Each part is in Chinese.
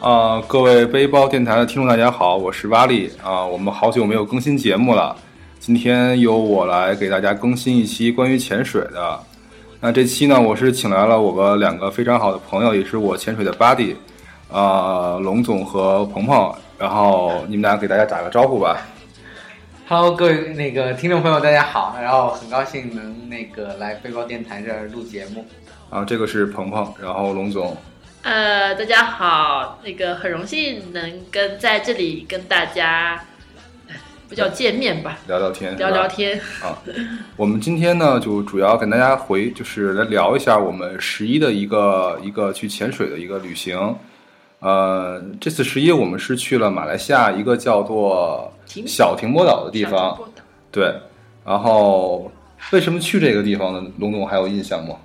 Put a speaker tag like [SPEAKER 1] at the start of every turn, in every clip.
[SPEAKER 1] 啊、呃，各位背包电台的听众，大家好，我是瓦力啊。我们好久没有更新节目了，今天由我来给大家更新一期关于潜水的。那这期呢，我是请来了我们两个非常好的朋友，也是我潜水的 buddy，啊、呃，龙总和鹏鹏。然后你们俩给大家打个招呼吧。
[SPEAKER 2] Hello，各位那个听众朋友，大家好。然后很高兴能那个来背包电台这儿录节目。
[SPEAKER 1] 啊，这个是鹏鹏，然后龙总。
[SPEAKER 3] 呃，大家好，那个很荣幸能跟在这里跟大家，哎不叫见面吧，
[SPEAKER 1] 聊聊天，
[SPEAKER 3] 聊聊天
[SPEAKER 1] 啊。我们今天呢，就主要跟大家回，就是来聊一下我们十一的一个一个去潜水的一个旅行。呃，这次十一我们是去了马来西亚一个叫做小停泊岛的地方，对。然后为什么去这个地方呢？龙总还有印象吗？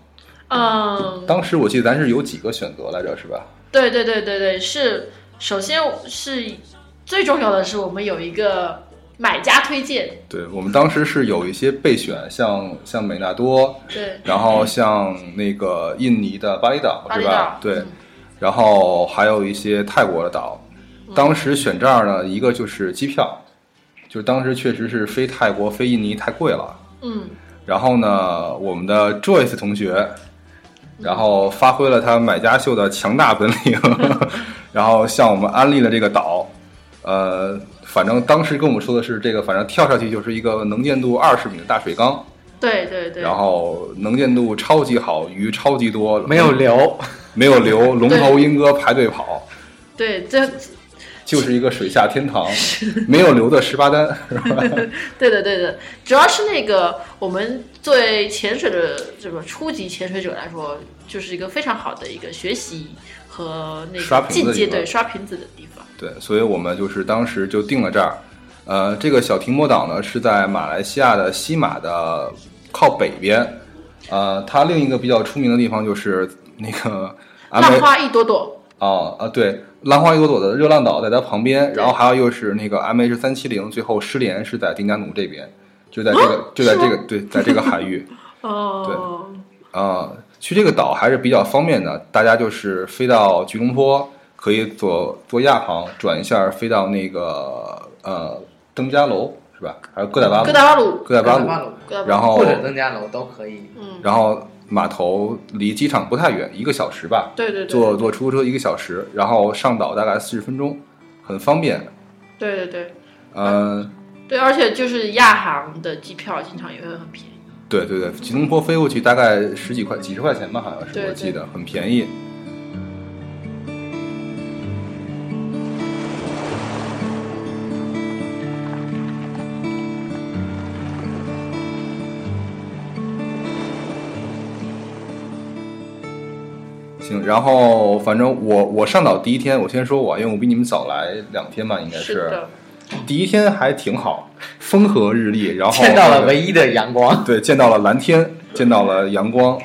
[SPEAKER 3] 嗯，
[SPEAKER 1] 当时我记得咱是有几个选择来着，是吧？
[SPEAKER 3] 对对对对对，是。首先是最重要的是，我们有一个买家推荐。
[SPEAKER 1] 对我们当时是有一些备选，像像美纳多，
[SPEAKER 3] 对，
[SPEAKER 1] 然后像那个印尼的巴厘岛，
[SPEAKER 3] 嗯巴
[SPEAKER 1] 是
[SPEAKER 3] 厘
[SPEAKER 1] 吧
[SPEAKER 3] 岛？
[SPEAKER 1] 对，
[SPEAKER 3] 嗯
[SPEAKER 1] 然后还有一些泰国的岛。
[SPEAKER 3] 嗯
[SPEAKER 1] 当时选这儿呢，一个就是机票，就是当时确实是飞泰国、飞印尼太贵了。
[SPEAKER 3] 嗯，
[SPEAKER 1] 然后呢，我们的 Joyce 同学，然后发挥了他买家秀的强大本 领，然后向我们安利了这个岛。呃，反正当时跟我们说的是这个，反正跳下去就是一个能见度二十米的大水缸，
[SPEAKER 3] 对对对。
[SPEAKER 1] 然后能见度超级好，鱼超级多，
[SPEAKER 2] 没有流，
[SPEAKER 1] 没有流，龙头鹰哥排队跑，
[SPEAKER 3] 对，这
[SPEAKER 1] 就是一个水下天堂，没有流的十八单，是吧？
[SPEAKER 3] 对的，对的，主要是那个我们作为潜水的这个初级潜水者来说，就是一个非常好的一个学习和那
[SPEAKER 1] 刷
[SPEAKER 3] 个
[SPEAKER 1] 瓶子
[SPEAKER 3] 进
[SPEAKER 1] 的地方
[SPEAKER 3] 阶，对刷瓶子的地方。
[SPEAKER 1] 对，所以我们就是当时就定了这儿。呃，这个小停泊岛呢是在马来西亚的西马的靠北边。呃，它另一个比较出名的地方就是那个阿
[SPEAKER 3] 浪
[SPEAKER 1] 梅
[SPEAKER 3] 花一朵朵，
[SPEAKER 1] 哦啊，对，浪花一朵朵的热浪岛在它旁边，然后还有又是那个 MH 三七零，最后失联是在丁加奴这边，就在这个、就在这个对，在这个海域。
[SPEAKER 3] 哦，
[SPEAKER 1] 啊、去这个岛还是比较方便的，大家就是飞到吉隆坡，可以坐坐亚航转一下，飞到那个呃登嘉楼是吧？还有哥打巴
[SPEAKER 3] 哥
[SPEAKER 1] 鲁，
[SPEAKER 3] 达巴鲁，
[SPEAKER 1] 哥打巴
[SPEAKER 2] 哥打巴
[SPEAKER 1] 鲁，
[SPEAKER 2] 鲁
[SPEAKER 3] 哥达巴
[SPEAKER 1] 然后
[SPEAKER 2] 或者增加楼都可以。
[SPEAKER 1] 然后码头离机场不太远，一个小时吧
[SPEAKER 3] 鲁，，对对对，
[SPEAKER 1] 坐坐出租车一个小时，然后上岛大概四十分钟，很方便。
[SPEAKER 3] 对对对
[SPEAKER 1] 嗯、
[SPEAKER 3] 对，而且就是亚航的机票经常也会很便宜。
[SPEAKER 1] 对对对，吉隆坡飞过去大概十几块、几十块钱吧，好像是
[SPEAKER 3] 对
[SPEAKER 1] 我
[SPEAKER 3] 对
[SPEAKER 1] 记得很便宜。行，然后反正我我上岛第一天，我先说我，因为我比你们早来两天吧，应该是。
[SPEAKER 3] 的，
[SPEAKER 1] 第一天还挺好，风和日丽，然后
[SPEAKER 2] 见到
[SPEAKER 1] 那
[SPEAKER 2] 了
[SPEAKER 1] 个
[SPEAKER 2] 唯一的阳光，
[SPEAKER 1] 对，见到了蓝天，见到了阳光，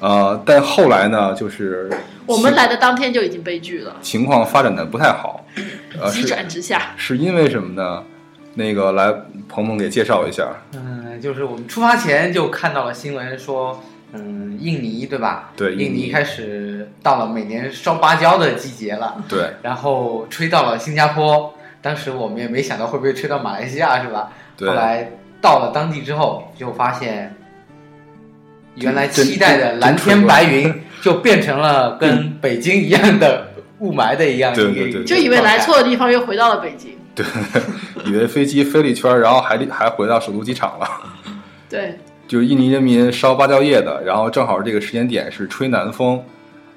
[SPEAKER 1] 呃，但后来呢，就是
[SPEAKER 3] 我们来的当天就已经悲剧了，
[SPEAKER 1] 情况发展的不太好，呃，
[SPEAKER 3] 急
[SPEAKER 1] 是
[SPEAKER 3] 转直下。
[SPEAKER 1] 是因为什么呢？那个来，鹏鹏给介绍一下，
[SPEAKER 2] 嗯，就是我们出发前就看到了新闻说，嗯，印尼对吧？
[SPEAKER 1] 对印
[SPEAKER 2] 印
[SPEAKER 1] 尼
[SPEAKER 2] 尼开始到了每年烧芭蕉的季节了，
[SPEAKER 1] 对，
[SPEAKER 2] 然后吹到了新加坡，当时我们也没想到会被吹到马来西亚，是吧？
[SPEAKER 1] 对
[SPEAKER 2] 后来到了当地之后，就发现原来期待的蓝天白 云，就变成了跟北京一样的雾霾的一
[SPEAKER 1] 嗯
[SPEAKER 2] 样，
[SPEAKER 1] 对对对
[SPEAKER 3] 就以为来错，的地方，又回到了北京。
[SPEAKER 1] 以为飞机飞了一圈，然后还得还回到首都机场了。
[SPEAKER 3] 对，
[SPEAKER 1] 就是印尼人民烧芭蕉叶的，然后正好这个时间点是吹南风，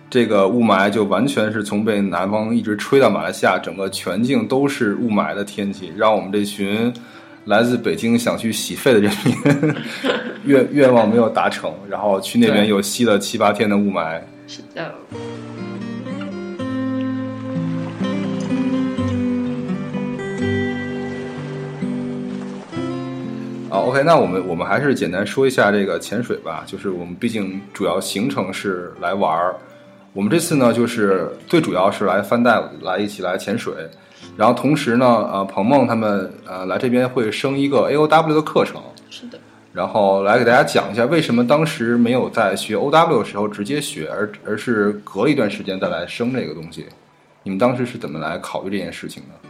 [SPEAKER 1] 这个雾霾就完全是从被南方一直吹到马来西亚，整个全境都是雾霾的天气，让我们这群来自北京想去洗肺的人民 愿愿望没有达成，然后去那边
[SPEAKER 2] 对
[SPEAKER 1] 又吸了七八天的雾霾。
[SPEAKER 3] 是的。
[SPEAKER 1] 啊，OK，那我们我们还是简单说一下这个潜水吧，就是我们毕竟主要行程是来玩儿，我们这次呢就是最主要是来翻带来一起来潜水，然后同时呢，呃，鹏鹏他们呃来这边会升一个 AOW 的课程，
[SPEAKER 3] 是的，
[SPEAKER 1] 然后来给大家讲一下为什么当时没有在学 OW 的时候直接学，而而是隔了一段时间再来升这个东西，你们当时是怎么来考虑这件事情的？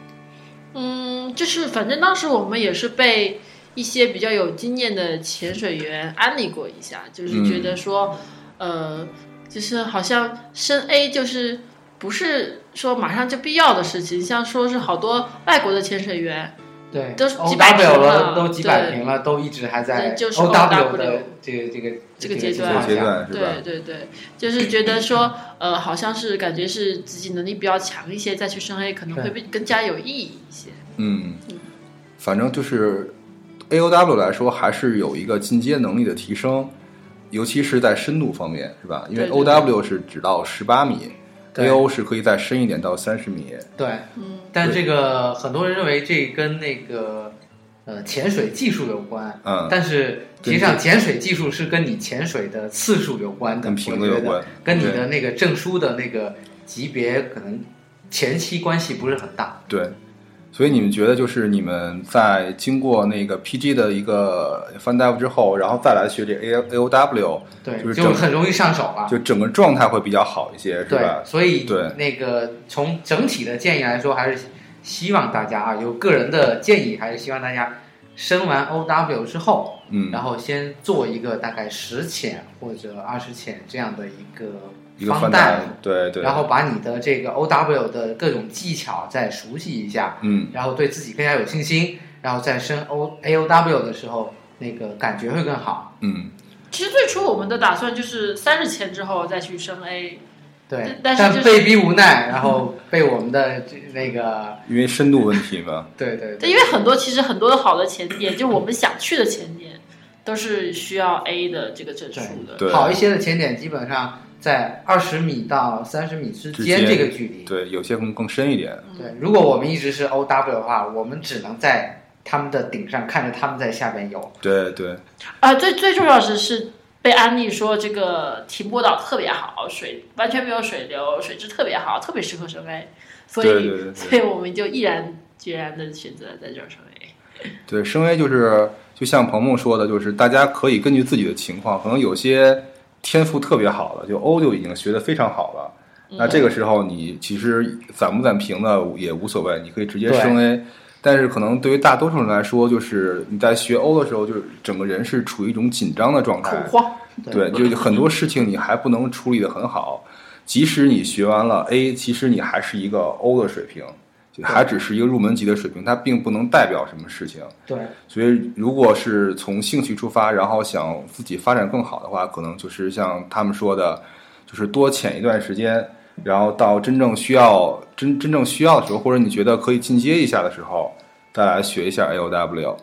[SPEAKER 3] 嗯，就是反正当时我们也是被一些比较有经验的潜水员安利过一下，就是觉
[SPEAKER 1] 嗯
[SPEAKER 3] 得说，呃，就是好像升 A 就是不是说马上就必要的事情，像说是好多外国的潜水员，
[SPEAKER 2] 对，
[SPEAKER 3] 都是几
[SPEAKER 2] O
[SPEAKER 3] 百瓶
[SPEAKER 2] W
[SPEAKER 3] 了
[SPEAKER 2] 了，都几百
[SPEAKER 3] 对
[SPEAKER 2] 瓶了，都一直还在
[SPEAKER 3] 对就是
[SPEAKER 2] O
[SPEAKER 3] OW
[SPEAKER 2] 的这个这个
[SPEAKER 3] 这个阶段
[SPEAKER 1] 这个阶段啊是吧？
[SPEAKER 3] 对对对，就是觉得说，呃，好像是感觉是自己能力比较强一些，再去升 A 可能会比更加有意义一些。
[SPEAKER 1] 嗯，反正就是 A O W 来说，还是有一个进阶能力的提升，尤其是在深度方面，是吧？因为
[SPEAKER 3] 对
[SPEAKER 1] O
[SPEAKER 3] 对对
[SPEAKER 1] W 是只到十八米
[SPEAKER 2] 对
[SPEAKER 1] ，A O 是可以再深一点到三十米。
[SPEAKER 2] 对，
[SPEAKER 3] 嗯，
[SPEAKER 2] 但
[SPEAKER 1] 对
[SPEAKER 2] 这个很多人认为这跟那个呃潜水技术有关，
[SPEAKER 1] 嗯，
[SPEAKER 2] 但是实际
[SPEAKER 1] 对
[SPEAKER 2] 上潜水技术是跟你潜水的次数有关的，
[SPEAKER 1] 跟瓶
[SPEAKER 2] 我
[SPEAKER 1] 子
[SPEAKER 2] 觉
[SPEAKER 1] 有
[SPEAKER 2] 得
[SPEAKER 1] 关，
[SPEAKER 2] 跟你
[SPEAKER 1] 对
[SPEAKER 2] 的那个证书的那个级别可能前期关系不是很大。
[SPEAKER 1] 对。所以你们觉得，就是你们在经过那个 P G 的一个 fun dive 之后，然后再来学这 A A O W，
[SPEAKER 2] 对，
[SPEAKER 1] 就是
[SPEAKER 2] 就
[SPEAKER 1] 整
[SPEAKER 2] 很容易上手了。
[SPEAKER 1] 就整个状态会比较好一些，是
[SPEAKER 2] 对
[SPEAKER 1] 吧，？
[SPEAKER 2] 所以
[SPEAKER 1] 对
[SPEAKER 2] 那个从整体的建议来说，还是希望大家啊，有个人的建议，还是希望大家升完 OW 之后，
[SPEAKER 1] 嗯，
[SPEAKER 2] 然后先做一个大概十潜或者二十潜这样的一个
[SPEAKER 1] 一个 fun
[SPEAKER 2] 方
[SPEAKER 1] dive，对对，
[SPEAKER 2] 然后把你的这个 OW 的各种技巧再熟悉一下，
[SPEAKER 1] 嗯，
[SPEAKER 2] 然后对自己更加有信心，然后在升 O AOW 的时候，那个感觉会更好。
[SPEAKER 1] 嗯
[SPEAKER 3] 其实最初我们的打算就是三十前之后再去升 A，
[SPEAKER 2] 对，
[SPEAKER 3] 但是就是
[SPEAKER 2] 被逼无奈，然后被我们的这那个，
[SPEAKER 1] 因为深度问题嘛，
[SPEAKER 2] 对对
[SPEAKER 3] 对，因为很多其实很多的好的前点，就是我们想去的前点，都是需要 A 的这个证书的。
[SPEAKER 1] 对
[SPEAKER 2] 好一些的潜点基本上在二十米到三十米之
[SPEAKER 1] 之
[SPEAKER 2] 间
[SPEAKER 1] 间
[SPEAKER 2] 这个距离。
[SPEAKER 1] 对，有些更更深一点。
[SPEAKER 2] 对，如果我们一直是 O W 的话，我们只能在他们的顶上看着他们在下边游。
[SPEAKER 1] 对对，
[SPEAKER 3] 啊，最最重要的是是被安利说这个停泊岛特别好，水完全没有水流，水质特别好，特别适合升 A，所以
[SPEAKER 1] 对对对对
[SPEAKER 3] 所以我们就毅然决然的选择在这儿升 A。
[SPEAKER 1] 对，升 A 就是就像鹏鹏说的，就是大家可以根据自己的情况，可能有些天赋特别好的，就 O 就已经学得非常好了。
[SPEAKER 3] 嗯
[SPEAKER 1] 那这个时候你其实攒不攒平呢也无所谓，你可以直接升 A。但是可能对于大多数人来说，就是你在学 O 的时候，就是整个人是处于一种紧张的状态，
[SPEAKER 3] 恐慌，
[SPEAKER 1] 对，
[SPEAKER 2] 嗯
[SPEAKER 1] 就是很多事情你还不能处理得很好，即使你学完了 A，其实你还是一个 O 的水平，就还只是一个入门级的水平，它并不能代表什么事情。
[SPEAKER 2] 对
[SPEAKER 1] 所以，如果是从兴趣出发，然后想自己发展更好的话，可能就是像他们说的，就是多潜一段时间，然后到真正需要真真正需要的时候，或者你觉得可以进阶一下的时候，再来学一下 A O W。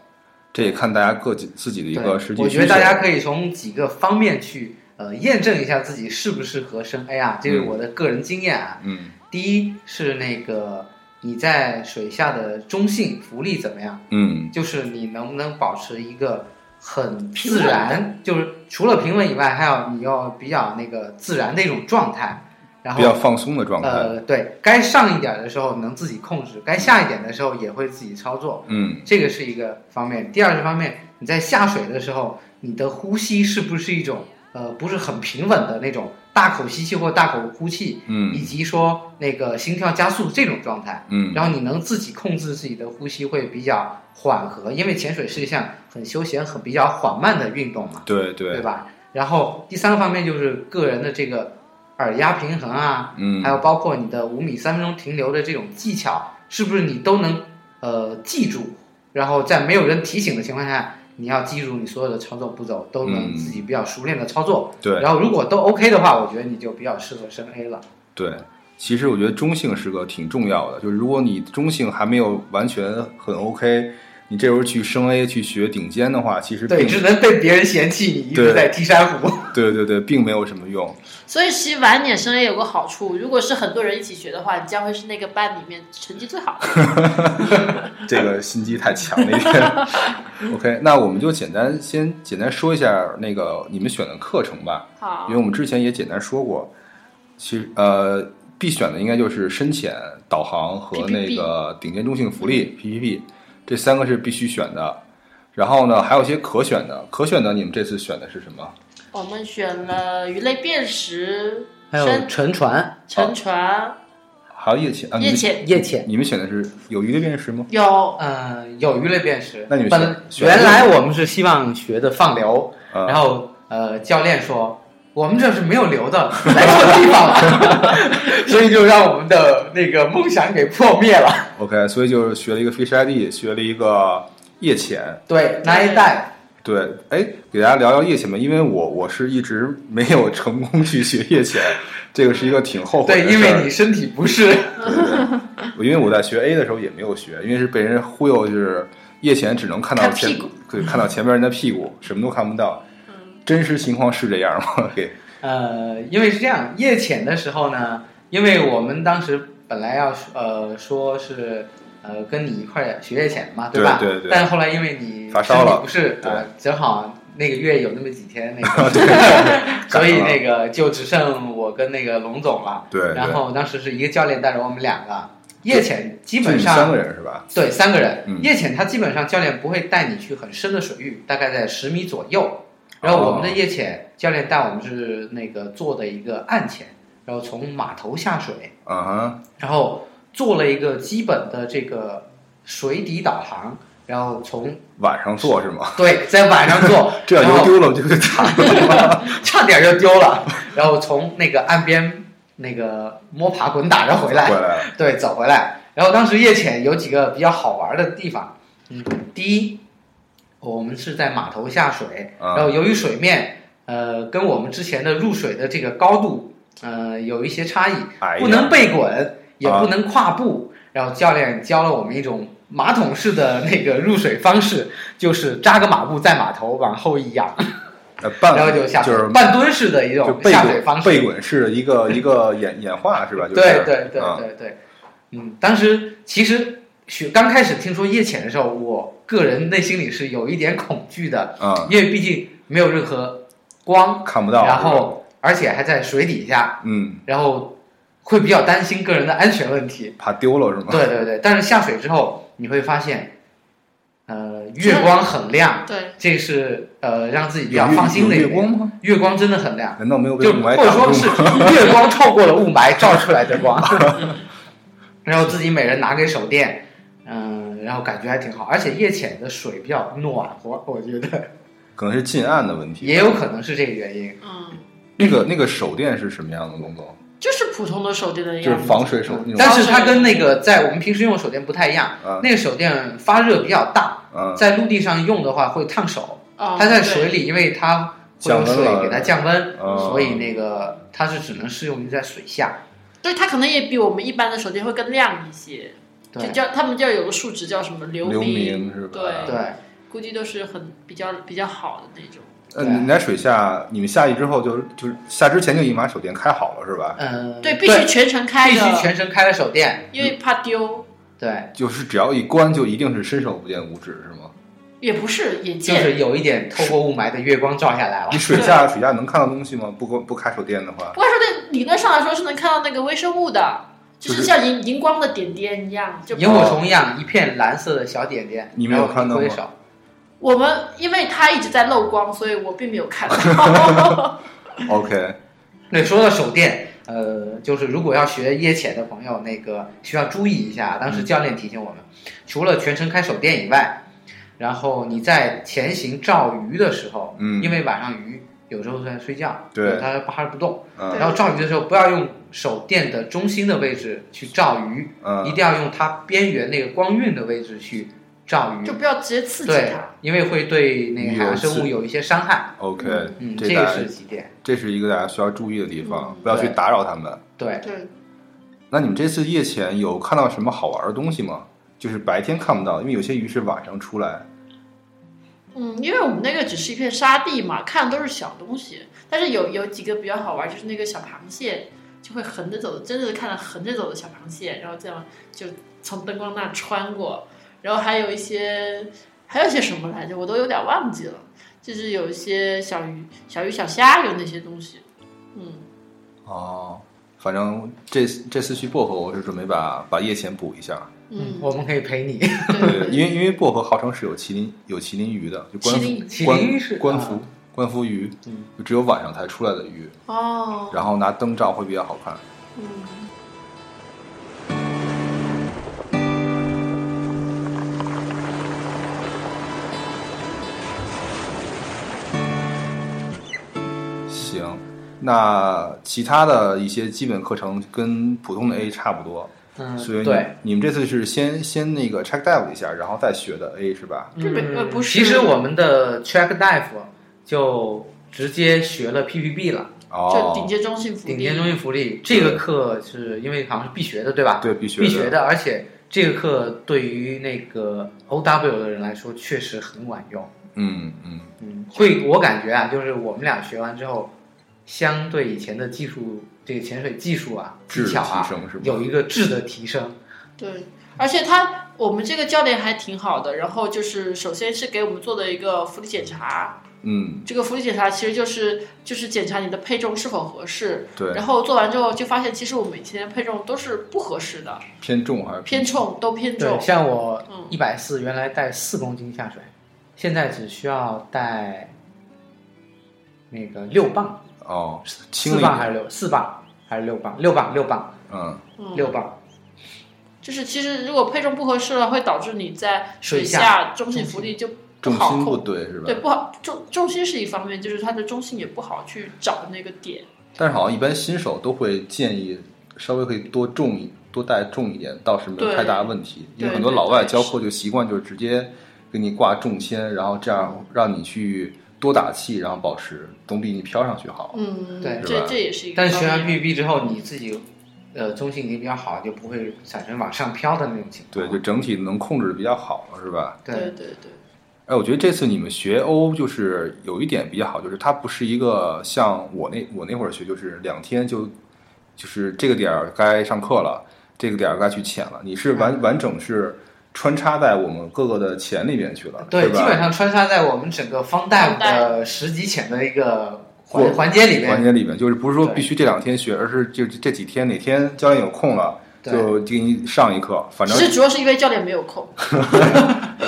[SPEAKER 1] 这也看大家各自自己的一个实际需求。
[SPEAKER 2] 我觉得大家可以从几个方面去呃验证一下自己适不适合升 A 啊，这是
[SPEAKER 1] 嗯
[SPEAKER 2] 我的个人经验啊。
[SPEAKER 1] 嗯
[SPEAKER 2] 第一是那个你在水下的中性浮力怎么样？
[SPEAKER 1] 嗯
[SPEAKER 2] 就是你能不能保持一个很自然，就是除了平稳以外，还有你要比较那个自然的一种状态，然
[SPEAKER 1] 比较
[SPEAKER 2] 后
[SPEAKER 1] 放松的状态。
[SPEAKER 2] 呃，对该上一点的时候能自己控制，该下一点的时候也会自己操作，
[SPEAKER 1] 嗯
[SPEAKER 2] 这个是一个方面。第二个方面，你在下水的时候，你的呼吸是不是一种呃不是很平稳的那种大口吸气或大口呼气，以
[SPEAKER 1] 嗯
[SPEAKER 2] 及说那个心跳加速这种状态。
[SPEAKER 1] 嗯，
[SPEAKER 2] 然
[SPEAKER 1] 后
[SPEAKER 2] 后你能自己控制自己的呼吸，会比较缓和，因为潜水是一项很休闲、很比较缓慢的运动嘛，
[SPEAKER 1] 对对
[SPEAKER 2] 对吧？然后第三个方面就是个人的这个耳压平衡啊，
[SPEAKER 1] 嗯，
[SPEAKER 2] 还有包括你的五米三分钟停留的这种技巧，是不是你都能呃记住？然后在没有人提醒的情况下，你要记住你所有的操作步骤，都能
[SPEAKER 1] 嗯
[SPEAKER 2] 自己比较熟练的操作。
[SPEAKER 1] 对
[SPEAKER 2] 然后如果都 OK 的话，我觉得你就比较适合升 A 了。
[SPEAKER 1] 对，其实我觉得中性是个挺重要的，就是如果你中性还没有完全很 OK，你这时候去升 A 去学顶尖的话，其实并
[SPEAKER 2] 对，只能被别人嫌弃你一直
[SPEAKER 1] 对
[SPEAKER 2] 在踢山虎。
[SPEAKER 1] 对对对，并没有什么 用。
[SPEAKER 3] 所以其实晚点升 A 有个好处，如果是很多人一起学的话，你将会是那个班里面成绩最好的。
[SPEAKER 1] 这个心机太强了一点。OK，那 我们就简单先简单说一下那个你们选的课程吧，
[SPEAKER 3] 好
[SPEAKER 1] 因为，我们之前也简单说过，其实呃必选的应该就是深潜、导航和那
[SPEAKER 3] PPP
[SPEAKER 1] 个顶尖中性福利 PPP 这三个是必须选的。然后呢，还有一些可选的，可选的你们这次选的是什么？
[SPEAKER 3] 我们选了鱼类辨识、
[SPEAKER 2] 还有
[SPEAKER 3] 深
[SPEAKER 2] 沉船、
[SPEAKER 3] 沉船、
[SPEAKER 1] 还有夜潜啊啊？你
[SPEAKER 3] 夜
[SPEAKER 1] 们，
[SPEAKER 3] 潜。
[SPEAKER 2] 夜潜。
[SPEAKER 1] 你们选的是有鱼的辨识吗？
[SPEAKER 3] 有
[SPEAKER 2] 呃，有鱼类辨识。
[SPEAKER 1] 那你们
[SPEAKER 2] 本
[SPEAKER 1] 选选
[SPEAKER 2] 原来我们是希望学的放流，
[SPEAKER 1] 呃、
[SPEAKER 2] 然后呃，教练说我们这是没有流 的，来错地方了， 所以就让我们的那个梦想给破灭了。
[SPEAKER 1] OK，所以就是学了一个 Fish ID，学了一个夜潜，
[SPEAKER 2] 对，那一带
[SPEAKER 1] 对，哎，给大家聊聊夜潜吧，因为我我是一直没有成功去学夜潜，这个是一个挺后悔的
[SPEAKER 2] 对，
[SPEAKER 1] 事儿。
[SPEAKER 2] 因为你身体不适，
[SPEAKER 1] 我因为我在学 A 的时候也没有学，因为是被人忽悠，就是夜潜只能看到
[SPEAKER 3] 看
[SPEAKER 1] 前
[SPEAKER 3] 屁股，
[SPEAKER 1] 对，看到前边人的屁股，什么都看不到。
[SPEAKER 2] 嗯
[SPEAKER 1] 真实情况是这样吗？ 给
[SPEAKER 2] 呃，因为是这样，夜潜的时候呢，因为我们当时本来要呃说是呃跟你一块儿学夜潜嘛，
[SPEAKER 1] 对
[SPEAKER 2] 吧？
[SPEAKER 1] 对对
[SPEAKER 2] 但是后来因为你
[SPEAKER 1] 发烧了
[SPEAKER 2] 身体不是
[SPEAKER 1] 对，
[SPEAKER 2] 呃，正好那个月有那么几天那 个
[SPEAKER 1] 对
[SPEAKER 2] 所以
[SPEAKER 1] 赶上了
[SPEAKER 2] 那个就只剩我跟那个龙总了。
[SPEAKER 1] 对，
[SPEAKER 2] 然后当时是一个教练带着我们两个夜潜，基
[SPEAKER 1] 基
[SPEAKER 2] 本
[SPEAKER 1] 三
[SPEAKER 2] 上
[SPEAKER 1] 个人是吧？
[SPEAKER 2] 对三个人、
[SPEAKER 1] 嗯
[SPEAKER 2] 夜潜，他基本上教练不会带你去很深的水域，大概在十米左右。然
[SPEAKER 1] 哦
[SPEAKER 2] 后我们的夜潜、教练带我们是那个做的一个岸潜，然后从码头下水，
[SPEAKER 1] 啊哈，
[SPEAKER 2] 然后做了一个基本的这个水底导航，然后 从
[SPEAKER 1] 晚上做是 吗？，
[SPEAKER 2] 对在晚上做
[SPEAKER 1] 这要
[SPEAKER 2] 然后
[SPEAKER 1] 丢丢了就就惨了。
[SPEAKER 2] 差点就丢了，然后从那个岸边那个摸爬滚打着回来
[SPEAKER 1] 回，来了，
[SPEAKER 2] 对，走回来。然后当时夜潜有几个比较好玩的地方，嗯，第一，我们是在码头下水，然后
[SPEAKER 1] 啊
[SPEAKER 2] 由于水面呃跟我们之前的入水的这个高度呃有一些差异，
[SPEAKER 1] 哎呀
[SPEAKER 2] 不能背滚，也
[SPEAKER 1] 啊
[SPEAKER 2] 不能跨步。然后教练教了我们一种马桶式的那个入水方式，就是扎个马步在码头往后 一仰，
[SPEAKER 1] 呃半
[SPEAKER 2] 然后就下水，
[SPEAKER 1] 就是
[SPEAKER 2] 半蹲式的一
[SPEAKER 1] 就
[SPEAKER 2] 种
[SPEAKER 1] 背
[SPEAKER 2] 下水方
[SPEAKER 1] 滚
[SPEAKER 2] 式。
[SPEAKER 1] 背滚式的一个一个演 演化是吧？就是
[SPEAKER 2] 对对对
[SPEAKER 1] 啊
[SPEAKER 2] 对对，嗯，当时其实学刚开始听说夜潜的时候，我个人内心里是有一点恐惧的，
[SPEAKER 1] 啊，
[SPEAKER 2] 因为毕竟没有任何光，
[SPEAKER 1] 看不到。
[SPEAKER 2] 然后而且还在水底下，
[SPEAKER 1] 嗯，
[SPEAKER 2] 然后会比较担心个人的安全问题。
[SPEAKER 1] 怕丢了是吗？
[SPEAKER 2] 对对对，但是下水之后你会发现，呃，月光很亮，
[SPEAKER 3] 对，
[SPEAKER 2] 这是呃让自己比
[SPEAKER 1] 有
[SPEAKER 2] 较
[SPEAKER 1] 月
[SPEAKER 2] 放心的一
[SPEAKER 1] 有月
[SPEAKER 2] 点。
[SPEAKER 1] 光吗？
[SPEAKER 2] 月光真的很亮。
[SPEAKER 1] 难道没有被
[SPEAKER 2] 就
[SPEAKER 1] 雾霾
[SPEAKER 2] 或者
[SPEAKER 1] 挡
[SPEAKER 2] 说是
[SPEAKER 1] 住？
[SPEAKER 2] 月光透过了雾霾照出来的 光，然后自己每人拿根手电，嗯，然后感觉还挺好，而且夜潜的水比较暖和，我觉得
[SPEAKER 1] 可能是近岸的问题。
[SPEAKER 2] 也有可能是这个原因。
[SPEAKER 3] 嗯，
[SPEAKER 1] 那个那个手电是什么样的，龙总？
[SPEAKER 3] 就是普通的手电的
[SPEAKER 1] 就是
[SPEAKER 3] 样子。
[SPEAKER 1] 防水手那种。
[SPEAKER 2] 嗯但是它跟那个在我们平时用的手电不太一样，
[SPEAKER 1] 啊
[SPEAKER 2] 那个手电发热比较大，
[SPEAKER 1] 啊，
[SPEAKER 2] 在陆地上用的话会烫手，
[SPEAKER 3] 哦
[SPEAKER 2] 它在
[SPEAKER 3] 对
[SPEAKER 2] 水里，因为它会用
[SPEAKER 1] 降温了
[SPEAKER 2] 水给它降温，
[SPEAKER 1] 哦
[SPEAKER 2] 所以那个它是只能适用于在水下。
[SPEAKER 3] 对它可能也比我们一般的手电会更亮一些，
[SPEAKER 2] 对
[SPEAKER 3] 就叫他们叫有个数值叫什么流
[SPEAKER 1] 流明是吧？
[SPEAKER 3] 对
[SPEAKER 2] 对。
[SPEAKER 1] 啊
[SPEAKER 3] 估计都是很比较比较好的那种。
[SPEAKER 1] 呃，你在水下，你们下去之后就就是下之前就已经把手电开好了是吧？
[SPEAKER 2] 嗯，
[SPEAKER 3] 对，必须全程开
[SPEAKER 2] 必须
[SPEAKER 3] 着，
[SPEAKER 2] 全嗯程开了手电，
[SPEAKER 3] 因为怕丢。
[SPEAKER 2] 对，
[SPEAKER 1] 就是只要一关，就一定是伸手不见五指是吗？
[SPEAKER 3] 也不是眼
[SPEAKER 2] 就
[SPEAKER 3] 见，
[SPEAKER 2] 是有一点透过雾霾的月光照下来了
[SPEAKER 1] 你。水下水下能看到东西吗？不关不开手电的话，
[SPEAKER 3] 不过说那理论上来说是能看到那个微生物的，就
[SPEAKER 1] 就是
[SPEAKER 3] 是像荧荧光的点点一样。就
[SPEAKER 2] 萤火虫一样，一片蓝色的小点点，
[SPEAKER 1] 你没有
[SPEAKER 2] 然后
[SPEAKER 1] 看到吗
[SPEAKER 2] 挥手
[SPEAKER 3] 我们因为它一直在漏光，所以我并没有 看到。
[SPEAKER 1] OK，
[SPEAKER 2] 对，说到手电，呃，就是如果要学夜潜的朋友，那个需要注意一下。当时
[SPEAKER 1] 嗯
[SPEAKER 2] 教练提醒我们，除了全程开手电以外，然后你在前行照鱼的时候，
[SPEAKER 1] 嗯
[SPEAKER 2] 因为晚上鱼有时候在睡觉，
[SPEAKER 1] 对
[SPEAKER 2] 有它趴着不动。
[SPEAKER 1] 嗯
[SPEAKER 2] 然后照鱼的时候，不要用手电的中心的位置去照鱼，一
[SPEAKER 1] 嗯
[SPEAKER 2] 定要用它边缘那个光晕的位置去照鱼
[SPEAKER 3] 就。不要直接刺激
[SPEAKER 2] 对
[SPEAKER 3] 它。，
[SPEAKER 2] 因为会对那个海洋生
[SPEAKER 1] 有
[SPEAKER 2] 物
[SPEAKER 1] 刺
[SPEAKER 2] 有一些伤害。
[SPEAKER 1] ，OK，
[SPEAKER 2] 嗯，
[SPEAKER 1] 这
[SPEAKER 2] 这个
[SPEAKER 1] 大
[SPEAKER 2] 是几点？
[SPEAKER 1] 这是一个大家需要注意的地方
[SPEAKER 3] 嗯，
[SPEAKER 1] 不要去
[SPEAKER 2] 对
[SPEAKER 1] 打扰他们。
[SPEAKER 2] 对，
[SPEAKER 3] 对，
[SPEAKER 1] 那你们这次夜潜有看到什么好玩的东西吗？就是白天看不到，因为有些鱼是晚上出来。
[SPEAKER 3] 嗯，因为我们那个只是一片沙地嘛，看的都是小东西，但是有有几个比较好玩，就是那个小螃蟹就会横着走，真的看到横着走的小螃蟹，然后这样就从灯光那穿过，然后还有一些还有一些什么来着，我都有点忘记了，就是有一些小鱼、小鱼、小虾有那些东西，嗯，
[SPEAKER 1] 哦，反正这这次去薄荷，我是准备把把夜潜补一下。
[SPEAKER 3] 嗯，
[SPEAKER 2] 我们可以陪你。
[SPEAKER 1] 对，因
[SPEAKER 3] 为
[SPEAKER 1] 为因为薄荷号称是有麒麟有麒麟鱼的，就官
[SPEAKER 3] 麒
[SPEAKER 1] 服
[SPEAKER 3] 麟
[SPEAKER 2] 麒麟是
[SPEAKER 1] 官官
[SPEAKER 2] 啊
[SPEAKER 1] 服官服鱼
[SPEAKER 2] 嗯，
[SPEAKER 1] 就只有晚上才出来的鱼，
[SPEAKER 3] 哦，
[SPEAKER 1] 然后拿灯照会比较好看。
[SPEAKER 3] 嗯。
[SPEAKER 1] 行，那其他的一些基本课程跟普通的 A 差不多，
[SPEAKER 2] 嗯，
[SPEAKER 1] 所以
[SPEAKER 2] 对，
[SPEAKER 1] 你们这次是先先那个 check dive 一下，然后再学的 A 是吧？
[SPEAKER 3] 日本呃不是
[SPEAKER 2] 嗯其实我们的 track dive 就直接学了 PPB 了，
[SPEAKER 3] 就顶
[SPEAKER 1] 哦，
[SPEAKER 3] 尖中性福利，
[SPEAKER 2] 顶尖中心福利这个课是因为好像是必学的，对吧？
[SPEAKER 1] 对，必学
[SPEAKER 2] 必学的，而且这个课对于那个 OW 的人来说确实很管用。
[SPEAKER 1] 嗯嗯，
[SPEAKER 2] 嗯，会，我感觉啊，就是我们俩学完之后，相对以前的技术，这个潜水技术啊、技
[SPEAKER 1] 质的
[SPEAKER 2] 巧
[SPEAKER 1] 提
[SPEAKER 2] 啊，
[SPEAKER 1] 升是吧？
[SPEAKER 2] 有一个质的提升。
[SPEAKER 3] 对，而且他我们这个教练还挺好的，然后就是首先是给我们做的一个福利检查，
[SPEAKER 1] 嗯，
[SPEAKER 3] 这个福利检查其实就是就是检查你的配重是否合适，
[SPEAKER 1] 对，
[SPEAKER 3] 然后做完之后就发现其实我们以前的配重都是不合适的，
[SPEAKER 1] 偏重还是
[SPEAKER 3] 偏？重都偏
[SPEAKER 2] 对，
[SPEAKER 3] 重，
[SPEAKER 2] 像我
[SPEAKER 3] 嗯
[SPEAKER 2] 一百四，原来带四公斤下水，现在只需要带那个六磅，
[SPEAKER 1] 哦，轻
[SPEAKER 2] 四
[SPEAKER 1] 一
[SPEAKER 2] 磅还
[SPEAKER 1] 点，
[SPEAKER 2] 是六四磅还是六磅？六磅，六磅，
[SPEAKER 1] 嗯，
[SPEAKER 3] 嗯，
[SPEAKER 2] 六磅。
[SPEAKER 3] 就是其实如果配重不合适了，会导致你在水
[SPEAKER 2] 水下
[SPEAKER 3] 下中性浮力就不
[SPEAKER 1] 重
[SPEAKER 3] 好
[SPEAKER 1] 心不
[SPEAKER 3] 控，
[SPEAKER 1] 对是吧？
[SPEAKER 3] 对，不好重重心是一方面，就是它的中性也不好去找那个点。
[SPEAKER 1] 但是好像一般新手都会建议稍微可以多重一多带重一点，倒是没有
[SPEAKER 3] 对
[SPEAKER 1] 太大问题。因为
[SPEAKER 3] 对
[SPEAKER 1] 很多
[SPEAKER 3] 对
[SPEAKER 1] 老外
[SPEAKER 3] 对
[SPEAKER 1] 教课就习惯就是直接给你挂重铅，然后这样让你去多打气，然后保持，总比你飘上去好。
[SPEAKER 3] 嗯，
[SPEAKER 2] 对
[SPEAKER 1] 是吧
[SPEAKER 3] 这这也是一个
[SPEAKER 2] 但
[SPEAKER 3] 方面。
[SPEAKER 2] 是学完 PPB 之后，你自己呃中性已经比较好，就不会产生往上飘的那种情
[SPEAKER 1] 对，
[SPEAKER 2] 况。
[SPEAKER 1] 就整体能控制的比较好了，是吧？
[SPEAKER 3] 对
[SPEAKER 2] 对，
[SPEAKER 3] 对对，
[SPEAKER 1] 哎，我觉得这次你们学欧就是有一点比较好，就是它不是一个像我那我那会儿学，就是两天就就是这个点儿该上课了，这个点儿该去潜了。你是
[SPEAKER 2] 嗯
[SPEAKER 1] 完完整是穿插在我们各个的潜里面去了，
[SPEAKER 2] 对，基本
[SPEAKER 1] 吧？
[SPEAKER 2] 上穿插在我们整个方 dive
[SPEAKER 3] 方 dive
[SPEAKER 2] 的十级潜的一个
[SPEAKER 1] 过
[SPEAKER 2] 环环节里
[SPEAKER 1] 环
[SPEAKER 2] 面。
[SPEAKER 1] 节里面就是不是说
[SPEAKER 2] 对
[SPEAKER 1] 必须这两天学，而是就这几天哪天教练有空了
[SPEAKER 2] 对，
[SPEAKER 1] 就给你上一课，反
[SPEAKER 3] 其
[SPEAKER 1] 正
[SPEAKER 3] 实主要是因为教练没有空，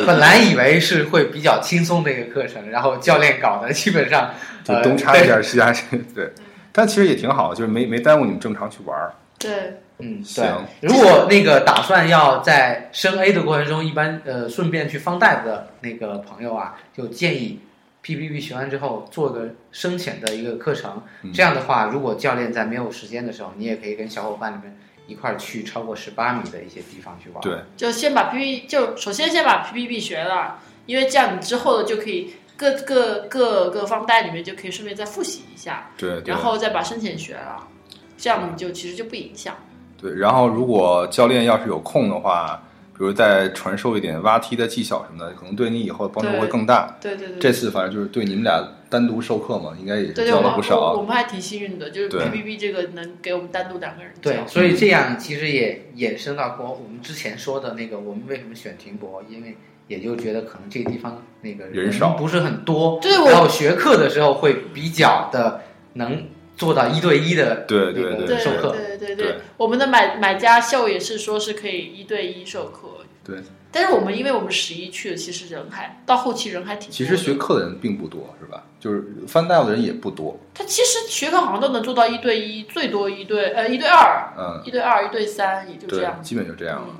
[SPEAKER 2] 本来以为是会比较轻松的一个课程，然后教练搞的基本上
[SPEAKER 1] 就
[SPEAKER 2] 呃
[SPEAKER 1] 东插一下西插一下，对。但其实也挺好，就是没没耽误你们正常去玩儿。
[SPEAKER 3] 对，
[SPEAKER 2] 嗯，
[SPEAKER 1] 行
[SPEAKER 2] 对。如果那个打算要在升 A 的过程中，一般呃顺便去放 dive 的那个朋友啊，就建议 PPB 学完之后做个深潜的一个课程。
[SPEAKER 1] 嗯
[SPEAKER 2] 这样的话，如果教练在没有时间的时候，你也可以跟小伙伴里面一块儿去超过十八米的一些地方去玩。
[SPEAKER 1] 对，
[SPEAKER 3] 就先把 PPB，就首先先把 PPB 学了，因为这样你之后的就可以各各各个方带里面就可以顺便再复习一下，
[SPEAKER 1] 对对
[SPEAKER 3] 然。后再把深潜学了，这样你就其实就不影响。
[SPEAKER 1] 对，然后如果教练要是有空的话，比如再传授一点蛙踢的技巧什么的，可能对你以后帮助会更大。
[SPEAKER 3] 对对对。
[SPEAKER 1] 这次反正就是对你们俩单独授课嘛，应该也
[SPEAKER 3] 对
[SPEAKER 1] 是
[SPEAKER 3] 对，我
[SPEAKER 1] 教了
[SPEAKER 3] 们
[SPEAKER 1] 不
[SPEAKER 3] 我我
[SPEAKER 1] 少。啊
[SPEAKER 3] 们还挺幸运的，就是
[SPEAKER 1] 对
[SPEAKER 3] PPB 这个能给我们单独两个人
[SPEAKER 2] 对
[SPEAKER 3] 教，
[SPEAKER 2] 所以这样其实也衍生到过我们之前说的那个，我们为什么选停泊？因为也就觉得可能这个地方那个
[SPEAKER 1] 人少
[SPEAKER 2] 不是很多，
[SPEAKER 3] 对我
[SPEAKER 2] 然后学课的时候会比较的能做到一对一的
[SPEAKER 1] 对
[SPEAKER 2] 那
[SPEAKER 1] 对
[SPEAKER 2] 个
[SPEAKER 1] 对
[SPEAKER 3] 对
[SPEAKER 2] 授
[SPEAKER 1] 是
[SPEAKER 2] 课，
[SPEAKER 3] 对对对
[SPEAKER 1] 对
[SPEAKER 3] 我们的买买家秀也是说是可以一对一授课。
[SPEAKER 1] 对。
[SPEAKER 3] 但是我们因为我们十一去了，其实人还到后期人还挺多的。
[SPEAKER 1] 其实学课的人并不多，是吧？就是翻大的人也不多。
[SPEAKER 3] 他其实学科好像都能做到一对一，最多一对呃一对二，
[SPEAKER 1] 嗯，
[SPEAKER 3] 一对二，一对三，也就这
[SPEAKER 1] 对
[SPEAKER 3] 样，。嗯
[SPEAKER 1] 基本就这样了。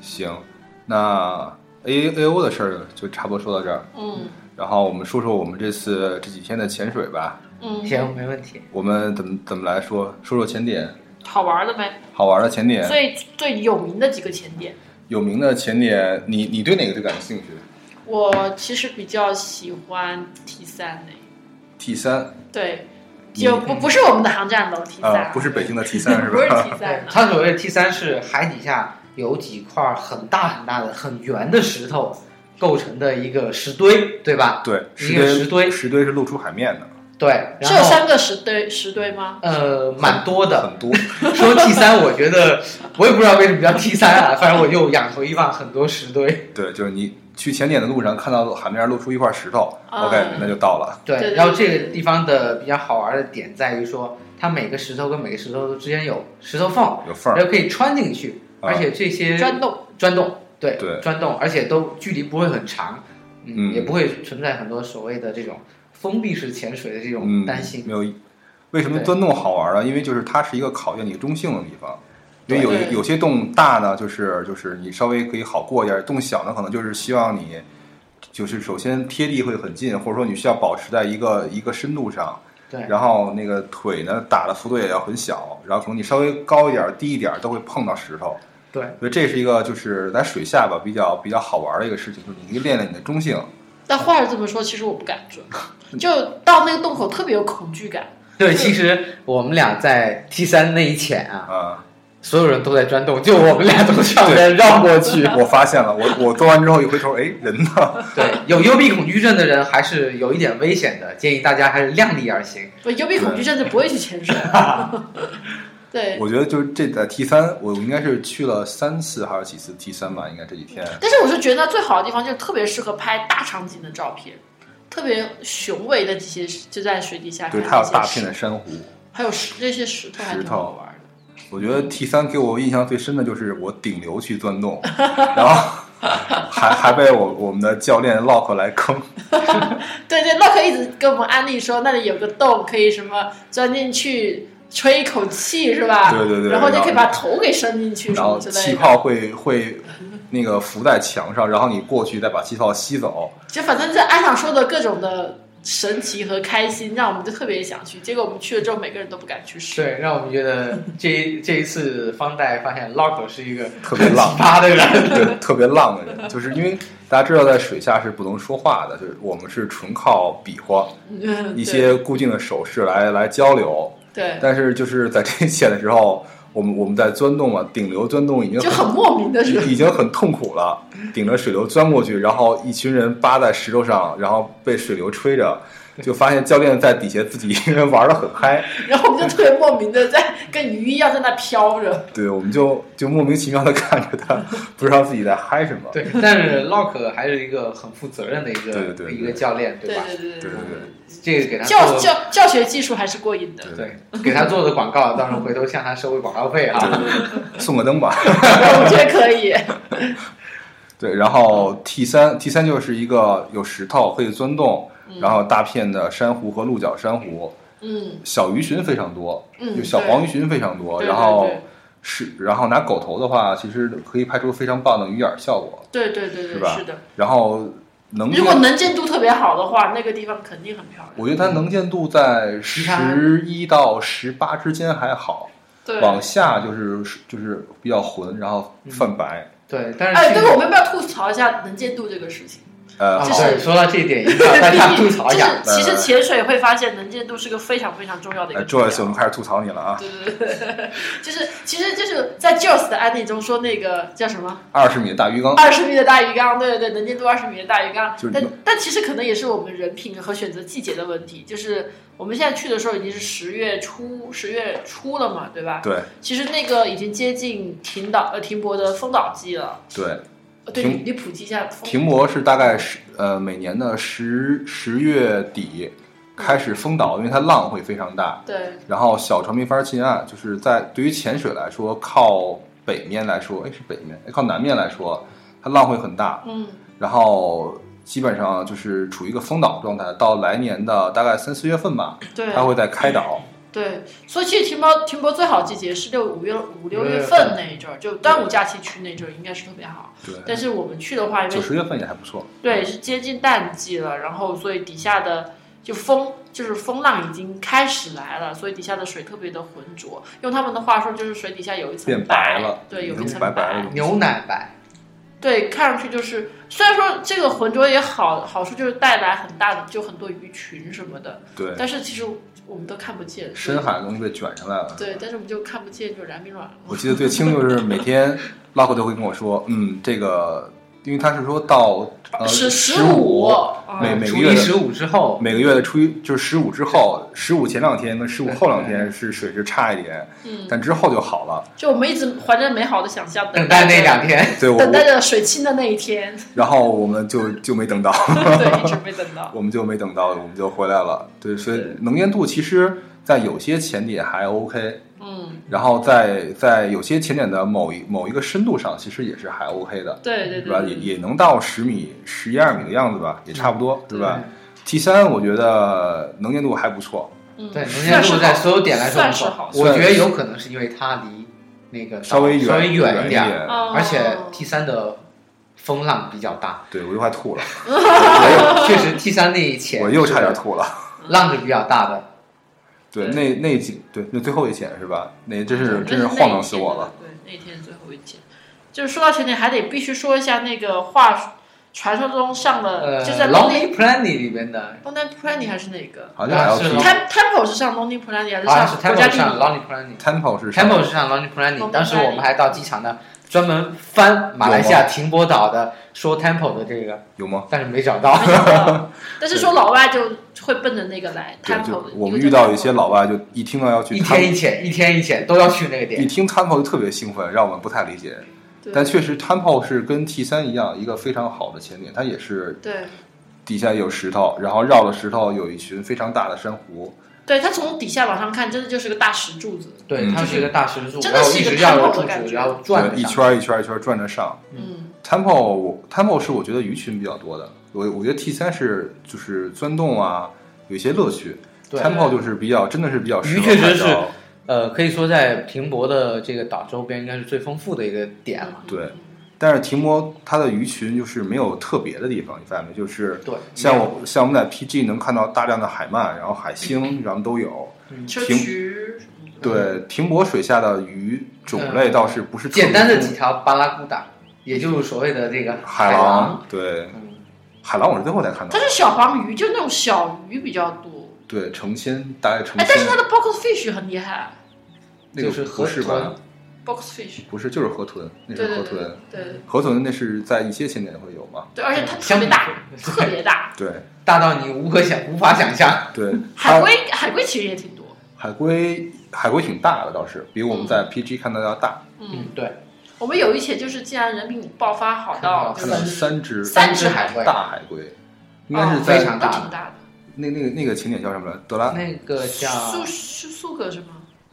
[SPEAKER 1] 行，那 A A O 的事儿就差不多说到这儿，
[SPEAKER 3] 嗯
[SPEAKER 1] 然后我们说说我们这次这几天的潜水吧。
[SPEAKER 3] 嗯，
[SPEAKER 2] 行，没问题。
[SPEAKER 1] 我们怎么怎么来说？说说潜点，
[SPEAKER 3] 好玩的呗。
[SPEAKER 1] 好玩的潜点，
[SPEAKER 3] 最最有名的几个潜点，
[SPEAKER 1] 有名的潜点，你你对哪个最感兴趣
[SPEAKER 3] 我其实比较喜欢 T 三诶，
[SPEAKER 1] ？T 三
[SPEAKER 3] 对，就不不是我们的航站楼 T
[SPEAKER 1] 啊，
[SPEAKER 3] 三，
[SPEAKER 1] 不是北京的 T 三是
[SPEAKER 3] 不是
[SPEAKER 1] 吧？
[SPEAKER 3] T 三，啊
[SPEAKER 2] 它所谓的 T 三是海底下有几块很大很大的、很圆的石头构成的一个石堆，对 吧？
[SPEAKER 1] 对，石
[SPEAKER 2] 一个
[SPEAKER 1] 堆
[SPEAKER 2] 石堆
[SPEAKER 1] 石堆是露出海面的，
[SPEAKER 2] 对，
[SPEAKER 3] 是有
[SPEAKER 2] 然后
[SPEAKER 3] 三个石堆石堆吗？
[SPEAKER 2] 呃，蛮多的。
[SPEAKER 1] 很多。
[SPEAKER 2] 说 T 三，我觉得我也不知道为什么叫 T 三啊，反正我就仰头一望，很多石堆。
[SPEAKER 1] 对，就是你去潜点的路上看到海面露出一块石头、
[SPEAKER 3] 啊
[SPEAKER 1] o k 那就到了。
[SPEAKER 2] 对，
[SPEAKER 3] 对对
[SPEAKER 2] 然后这个地方的比较好玩的点在于说，它每个石头跟每个石头之间有石头缝，
[SPEAKER 1] 有缝儿
[SPEAKER 2] 然，后可以穿进去，
[SPEAKER 1] 啊
[SPEAKER 2] 而且这些
[SPEAKER 3] 钻洞，
[SPEAKER 2] 钻洞，对，
[SPEAKER 1] 对
[SPEAKER 2] 钻洞，而且都距离不会很长，
[SPEAKER 1] 嗯
[SPEAKER 2] 也不会存在很多所谓的这种封闭式潜水的这种
[SPEAKER 1] 嗯，
[SPEAKER 2] 担心。
[SPEAKER 1] 没有。为什么钻洞好玩呢？因为就是它是一个考验你中性的地方。因为有
[SPEAKER 3] 对
[SPEAKER 1] 有些洞大呢，就是就是你稍微可以好过一点；洞小呢，可能就是希望你，就是首先贴地会很近，或者说你需要保持在一个一个深度上。
[SPEAKER 2] 对
[SPEAKER 1] 然后那个腿呢打的幅度也要很小，然后可能你稍微高一点、低一点都会碰到石头。
[SPEAKER 2] 对，
[SPEAKER 1] 所以这是一个就是在水下吧比较比较好玩的一个事情，就是你可以练练你的中性。
[SPEAKER 3] 但话是这么说，其实我不敢钻，就到那个洞口特别有恐惧感。
[SPEAKER 2] 对，其实我们俩在 T 三那一潜啊，
[SPEAKER 1] 啊、
[SPEAKER 2] 所有人都在钻洞，就我们俩从上面绕过去。
[SPEAKER 1] 我发现了，我我做完之后一回头，哎，人呢？
[SPEAKER 2] 对，有幽闭恐惧症的人还是有一点危险的，建议大家还是量力而行。
[SPEAKER 3] 我幽闭恐惧症就不会去潜水。对，
[SPEAKER 1] 我觉得就是这在 T 三，我应该是去了三次还是几次 T 三吧，应该这几天。
[SPEAKER 3] 但是我是觉得最好的地方就是特别适合拍大场景的照片，特别雄伟的这些就在水底下，
[SPEAKER 1] 对，它
[SPEAKER 3] 看
[SPEAKER 1] 有大
[SPEAKER 3] 那些
[SPEAKER 1] 片
[SPEAKER 3] 石，
[SPEAKER 1] 的珊瑚。
[SPEAKER 3] 还有石那些石头还挺好玩的。
[SPEAKER 1] 我觉得 T 三给我印象最深的就是我顶流去钻洞，然后 还还被我我们的教练 Lock 来坑。啊
[SPEAKER 3] 对对，洛克一直跟我们安利说那里有个洞，可以什么钻进去吹一口气是吧？
[SPEAKER 1] 对对对
[SPEAKER 3] 然后你可以
[SPEAKER 1] 然后
[SPEAKER 3] 把头给伸进去什
[SPEAKER 1] 然
[SPEAKER 3] 么
[SPEAKER 1] 后
[SPEAKER 3] 之
[SPEAKER 1] 气
[SPEAKER 3] 类的，
[SPEAKER 1] 泡会会那个浮在墙上，然后你过去再把气泡吸走。
[SPEAKER 3] 就反正在安上说的各种的神奇和开心，让我们就特别想去。结果我们去了之后，每个人都不敢去试。
[SPEAKER 2] 对，让我们觉得这一这一次方代发现 Lock 是一个
[SPEAKER 1] 特别浪
[SPEAKER 2] 奇葩的人。
[SPEAKER 1] 对，特别浪的人，就是因为大家知道在水下是不能说话的，就是我们是纯靠比划
[SPEAKER 3] 嗯
[SPEAKER 1] 一
[SPEAKER 3] 对
[SPEAKER 1] 些固定的手势来来交流。
[SPEAKER 3] 对，
[SPEAKER 1] 但是就是在这一线的时候，我们我们在钻洞嘛，顶流钻洞已经
[SPEAKER 3] 就很莫名的是吧
[SPEAKER 1] 已经很痛苦了，顶着水流钻过去，然后一群人扒在石头上，然后被水流吹着，就发现教练在底下自己 一个人玩的很嗨，
[SPEAKER 3] 然后我们就特别莫名的在跟鱼一样在那飘着，
[SPEAKER 1] 对，我们就就莫名其妙的看着他，不知道自己在嗨什么。
[SPEAKER 2] 对，但是 Lock 还是一个很负责任的一
[SPEAKER 1] 对
[SPEAKER 2] 个
[SPEAKER 1] 对对对
[SPEAKER 2] 一个教练，
[SPEAKER 3] 对
[SPEAKER 2] 吧？
[SPEAKER 3] 对对
[SPEAKER 1] 对对
[SPEAKER 2] 这个给他
[SPEAKER 3] 教
[SPEAKER 2] 做的
[SPEAKER 3] 教教学技术还是过硬的。
[SPEAKER 1] 对
[SPEAKER 2] 对，给他做的广告，到时候回头向他收回广告费啊。
[SPEAKER 1] 对，送个灯吧。
[SPEAKER 3] 我觉得可以。
[SPEAKER 1] 对，然后 T 三 T 三就是一个有石头可以钻洞，然后大片的珊瑚和鹿角珊瑚，
[SPEAKER 3] 嗯
[SPEAKER 1] 小鱼群非常多，
[SPEAKER 3] 嗯，
[SPEAKER 1] 就小
[SPEAKER 3] 对
[SPEAKER 1] 黄鱼群非常多，
[SPEAKER 3] 对
[SPEAKER 1] 然
[SPEAKER 3] 对
[SPEAKER 1] 后
[SPEAKER 3] 对
[SPEAKER 1] 是然后拿狗头的话，其实可以拍出非常棒的鱼眼效果，
[SPEAKER 3] 对对对
[SPEAKER 1] 是
[SPEAKER 3] 对，
[SPEAKER 1] 吧
[SPEAKER 3] 是的。
[SPEAKER 1] 然后能
[SPEAKER 3] 如果
[SPEAKER 1] 见，
[SPEAKER 3] 能见度特别好的话，那个地方肯定很漂亮。
[SPEAKER 1] 我觉得它能见度在
[SPEAKER 2] 看
[SPEAKER 1] 十一到十八之间还好，
[SPEAKER 3] 对，
[SPEAKER 1] 往下就是就是比较浑，然后泛白，
[SPEAKER 2] 对，但是
[SPEAKER 3] 哎，
[SPEAKER 2] 这
[SPEAKER 3] 对，
[SPEAKER 2] 个
[SPEAKER 3] 我们要不要吐槽一下能见度这 个事情？
[SPEAKER 1] 呃，
[SPEAKER 2] 啊，
[SPEAKER 3] 就
[SPEAKER 1] 好，
[SPEAKER 3] 是
[SPEAKER 2] 对，说到这一点，一定要大家吐槽一下。
[SPEAKER 3] 就是
[SPEAKER 1] 来来
[SPEAKER 3] 其实
[SPEAKER 1] 来
[SPEAKER 3] 潜水会发现能见度是个非常非常重要的一个
[SPEAKER 1] 呃
[SPEAKER 3] 指标。
[SPEAKER 1] ，Joyce，我们开始吐槽你了啊，
[SPEAKER 3] 对对对对，对就是其实就是在 Jules 的案例中说那个叫什么？
[SPEAKER 1] 二十米的大鱼缸，
[SPEAKER 3] 二十米的大鱼缸，对对对，能见度二十米的大鱼缸
[SPEAKER 1] 就是。
[SPEAKER 3] 但但其实可能也是我们人品和选择季节的问题，就是我们现在去的时候已经是十月初、十月初了嘛，对吧？
[SPEAKER 1] 对
[SPEAKER 3] 其实那个已经接近停岛呃停泊的风岛季了。
[SPEAKER 1] 对，
[SPEAKER 3] 呃对
[SPEAKER 1] 停
[SPEAKER 3] 你，你普及一下风
[SPEAKER 1] 停泊是大概十呃每年的十十月底开始封岛，因为它浪会非常大，
[SPEAKER 3] 对
[SPEAKER 1] 然后小船没法进岸，就是在对于潜水来说，靠北面来说，哎是北面，哎靠南面来说，它浪会很大，
[SPEAKER 3] 嗯
[SPEAKER 1] 然后基本上就是处于一个封岛状态，到来年的大概三四月份吧，
[SPEAKER 3] 对
[SPEAKER 1] 它会再开岛，
[SPEAKER 3] 对，所以其实停泊停泊最好季节是六五月五六月份那一阵儿，就端午假期去那阵儿应该是特别好。
[SPEAKER 1] 对，
[SPEAKER 3] 但是我们去的话，因为
[SPEAKER 1] 九十月份也还不错。
[SPEAKER 3] 对，是接近淡季了，然后所以底下的就风就是风浪已经开始来了，所以底下的水特别的浑浊。用他们的话说，就是水底下有一层
[SPEAKER 1] 变白了
[SPEAKER 3] 对，有
[SPEAKER 1] 已
[SPEAKER 3] 一
[SPEAKER 1] 经
[SPEAKER 3] 层
[SPEAKER 1] 白白了
[SPEAKER 2] 牛奶白，
[SPEAKER 3] 对，看上去就是虽然说这个浑浊也好好处就是带来很大的就很多鱼群什么的，
[SPEAKER 1] 对，
[SPEAKER 3] 但是其实我们都看不见
[SPEAKER 1] 深。海的东西被卷上来了。
[SPEAKER 3] 对，但是我们就看不见，就燃冰卵了。
[SPEAKER 1] 我记得最清就是每天拉克都会跟我说，嗯，这个，因为他是说到呃
[SPEAKER 3] 是
[SPEAKER 1] 十
[SPEAKER 3] 五，
[SPEAKER 1] 每
[SPEAKER 3] 嗯
[SPEAKER 1] 每个
[SPEAKER 2] 初
[SPEAKER 1] 月
[SPEAKER 2] 一
[SPEAKER 1] 的
[SPEAKER 2] 十五之后，
[SPEAKER 1] 每个月的初一就是十五之后，十五前两天跟十五后两天是水是差一点，
[SPEAKER 3] 嗯，
[SPEAKER 1] 但之后就好了。
[SPEAKER 3] 就我们一直怀着美好的想象，
[SPEAKER 2] 等
[SPEAKER 3] 待
[SPEAKER 2] 待那两，天，
[SPEAKER 1] 对我，
[SPEAKER 3] 等待
[SPEAKER 1] 我
[SPEAKER 3] 着水清的那一天，
[SPEAKER 1] 然后我们就就没等到，
[SPEAKER 3] 对，一直没等到。
[SPEAKER 1] 我们就没等到，我们就回来了。对，所以
[SPEAKER 3] 对
[SPEAKER 1] 能见度其实，在有些潜点还 OK，
[SPEAKER 3] 嗯，
[SPEAKER 1] 然后在在有些潜点的某一某一个深度上，其实也是还 OK 的。
[SPEAKER 3] 对对
[SPEAKER 1] 对吧？
[SPEAKER 2] 嗯
[SPEAKER 3] 对，
[SPEAKER 1] 也
[SPEAKER 3] 对
[SPEAKER 1] 也能到十米、十一二米的样子吧，也差不多，对吧？T 三我觉得能见度还不错，
[SPEAKER 3] 嗯
[SPEAKER 2] 对，能见
[SPEAKER 3] 算是
[SPEAKER 2] 度
[SPEAKER 3] 好
[SPEAKER 2] 在所有点来说
[SPEAKER 3] 算
[SPEAKER 2] 不
[SPEAKER 3] 是好
[SPEAKER 2] 错，
[SPEAKER 1] 算
[SPEAKER 2] 我觉得
[SPEAKER 1] 是
[SPEAKER 2] 有可能是因为它离那个
[SPEAKER 1] 稍微
[SPEAKER 2] 稍微
[SPEAKER 1] 远
[SPEAKER 2] 远
[SPEAKER 1] 一
[SPEAKER 2] 点儿，
[SPEAKER 1] 点，
[SPEAKER 3] 哦
[SPEAKER 2] 而且 T 三的风浪比较大，
[SPEAKER 1] 对我都快 吐了，
[SPEAKER 2] 我有确实 T 三那一潜
[SPEAKER 1] 我又差点吐了。
[SPEAKER 2] 浪是比较大的，
[SPEAKER 1] 对，
[SPEAKER 3] 对
[SPEAKER 1] 那那几对那最后一险是吧？那真是
[SPEAKER 2] 嗯
[SPEAKER 1] 真是
[SPEAKER 3] 那
[SPEAKER 1] 晃荡死我了。。
[SPEAKER 3] 那一天的对，那一天的最后一天，就是说到前点，还得必须说一下那个话传说中上
[SPEAKER 2] 呃
[SPEAKER 3] 的，嗯就在 Lonely
[SPEAKER 2] ，Lonely Planet 里边的，
[SPEAKER 3] Lonely Planet 还是哪个
[SPEAKER 1] 好像还要
[SPEAKER 2] 是
[SPEAKER 1] 去
[SPEAKER 2] 吗
[SPEAKER 3] Tem-？Temple 是上 Lonely Planet 还是
[SPEAKER 2] 好像是
[SPEAKER 3] 上国
[SPEAKER 2] Temple
[SPEAKER 3] 家地
[SPEAKER 2] 上
[SPEAKER 3] 理？
[SPEAKER 2] Lonely Planet。
[SPEAKER 1] Temple 是
[SPEAKER 2] Temple 是上 Lonely
[SPEAKER 3] 哦
[SPEAKER 2] Planet，
[SPEAKER 3] ，Lonely
[SPEAKER 2] 当时我们还到机场呢，专门翻马来西亚停泊岛的说 Temple 的这个，
[SPEAKER 1] 有吗？
[SPEAKER 2] 但是没找到。
[SPEAKER 3] 没想到哦但是说老外就会奔着那个来
[SPEAKER 1] 对，就
[SPEAKER 3] ，Temple 的。
[SPEAKER 1] 我们
[SPEAKER 3] 因为
[SPEAKER 1] 遇
[SPEAKER 3] 在
[SPEAKER 1] 到
[SPEAKER 3] Temple
[SPEAKER 1] 一些老外，就一听到要去
[SPEAKER 2] 一
[SPEAKER 1] Temple，
[SPEAKER 2] 天一潜，一天一潜都要去那个
[SPEAKER 1] 一
[SPEAKER 2] 点。
[SPEAKER 1] 听 Temple 就特别兴奋，让我们不太理解。
[SPEAKER 3] 对
[SPEAKER 1] 但确实 Temple 是跟 T 三一样，一个非常好的潜点，它也是
[SPEAKER 3] 对
[SPEAKER 1] 底下有石头，然后绕了石头有一群非常大的珊瑚，
[SPEAKER 3] 对，它从底下往上看，真的就是个大石柱子。
[SPEAKER 2] 对，
[SPEAKER 1] 嗯
[SPEAKER 2] 它是一个大石柱，
[SPEAKER 3] 真的
[SPEAKER 2] 然后
[SPEAKER 3] 是
[SPEAKER 2] 一
[SPEAKER 3] 一个
[SPEAKER 2] 直绕
[SPEAKER 3] Temple
[SPEAKER 2] 着
[SPEAKER 3] 的
[SPEAKER 2] 柱
[SPEAKER 3] 感
[SPEAKER 2] 子，
[SPEAKER 3] 觉
[SPEAKER 2] 然后转
[SPEAKER 1] 对
[SPEAKER 2] 着
[SPEAKER 1] 一
[SPEAKER 2] 上
[SPEAKER 1] 圈儿一圈儿一圈儿转着上。
[SPEAKER 3] 嗯，
[SPEAKER 1] Temple Temple 是我觉得鱼群比较多的，我我觉得 T 三是就是钻洞啊，有一些乐趣。
[SPEAKER 2] 对
[SPEAKER 1] Temple 就是比较真的是比较适合
[SPEAKER 2] 鱼确实
[SPEAKER 1] 拍照
[SPEAKER 2] 呃，可以说在平博的这个岛周边，应该是最丰富的一个点了。
[SPEAKER 3] 嗯
[SPEAKER 1] 对，但是提摩它的鱼群就是没有特别的地方，你发现没？就是
[SPEAKER 2] 对，
[SPEAKER 1] 像我像我们在 PG 能看到大量的海鳗，然后海星，然后都有。
[SPEAKER 3] 秋
[SPEAKER 1] 停
[SPEAKER 3] 菊什么的
[SPEAKER 1] 对，停泊水下的鱼种类倒是不是特别
[SPEAKER 2] 嗯简单的
[SPEAKER 1] 多
[SPEAKER 2] 几条巴拉古达，也就是所谓的这个
[SPEAKER 1] 海
[SPEAKER 2] 狼。
[SPEAKER 1] 狼，对
[SPEAKER 2] 嗯，
[SPEAKER 1] 海狼我是最后才看到
[SPEAKER 3] 它
[SPEAKER 1] 的，
[SPEAKER 3] 是小黄鱼，就那种小鱼比较多。
[SPEAKER 1] 对成千大概成
[SPEAKER 3] 哎，但是它
[SPEAKER 1] 千，
[SPEAKER 3] 的 box fish 很厉害
[SPEAKER 1] 那个
[SPEAKER 2] 就是
[SPEAKER 1] 不
[SPEAKER 2] 河
[SPEAKER 1] 是吧
[SPEAKER 2] 豚？
[SPEAKER 3] ，box fish，
[SPEAKER 1] 不是，就是河豚，那
[SPEAKER 3] 对
[SPEAKER 1] 是河
[SPEAKER 3] 对对
[SPEAKER 1] 豚。
[SPEAKER 3] 对
[SPEAKER 1] 河豚那是在一些景点会有嘛？
[SPEAKER 3] 对，而且它特别大，特 别大。
[SPEAKER 1] 对
[SPEAKER 2] 大到你无可想无法想象。
[SPEAKER 1] 对，
[SPEAKER 3] 海
[SPEAKER 1] 它
[SPEAKER 3] 龟海龟其实也挺多，
[SPEAKER 1] 海龟海龟挺大的，倒是比我们在 PG 看到的要大，
[SPEAKER 3] 嗯，
[SPEAKER 2] 嗯，对，
[SPEAKER 3] 我们有一且就是，既然人品爆发好到就
[SPEAKER 1] 看
[SPEAKER 2] 嗯
[SPEAKER 1] 到
[SPEAKER 3] 是
[SPEAKER 1] 三只
[SPEAKER 3] 三
[SPEAKER 2] 只
[SPEAKER 3] 只
[SPEAKER 2] 海龟，
[SPEAKER 1] 大海龟，应该是
[SPEAKER 3] 哦
[SPEAKER 1] 在
[SPEAKER 2] 非常
[SPEAKER 3] 都
[SPEAKER 2] 大
[SPEAKER 3] 挺大的，
[SPEAKER 1] 那那个那个景点叫什么来？德拉
[SPEAKER 2] 那个叫
[SPEAKER 3] 苏是苏格是吗？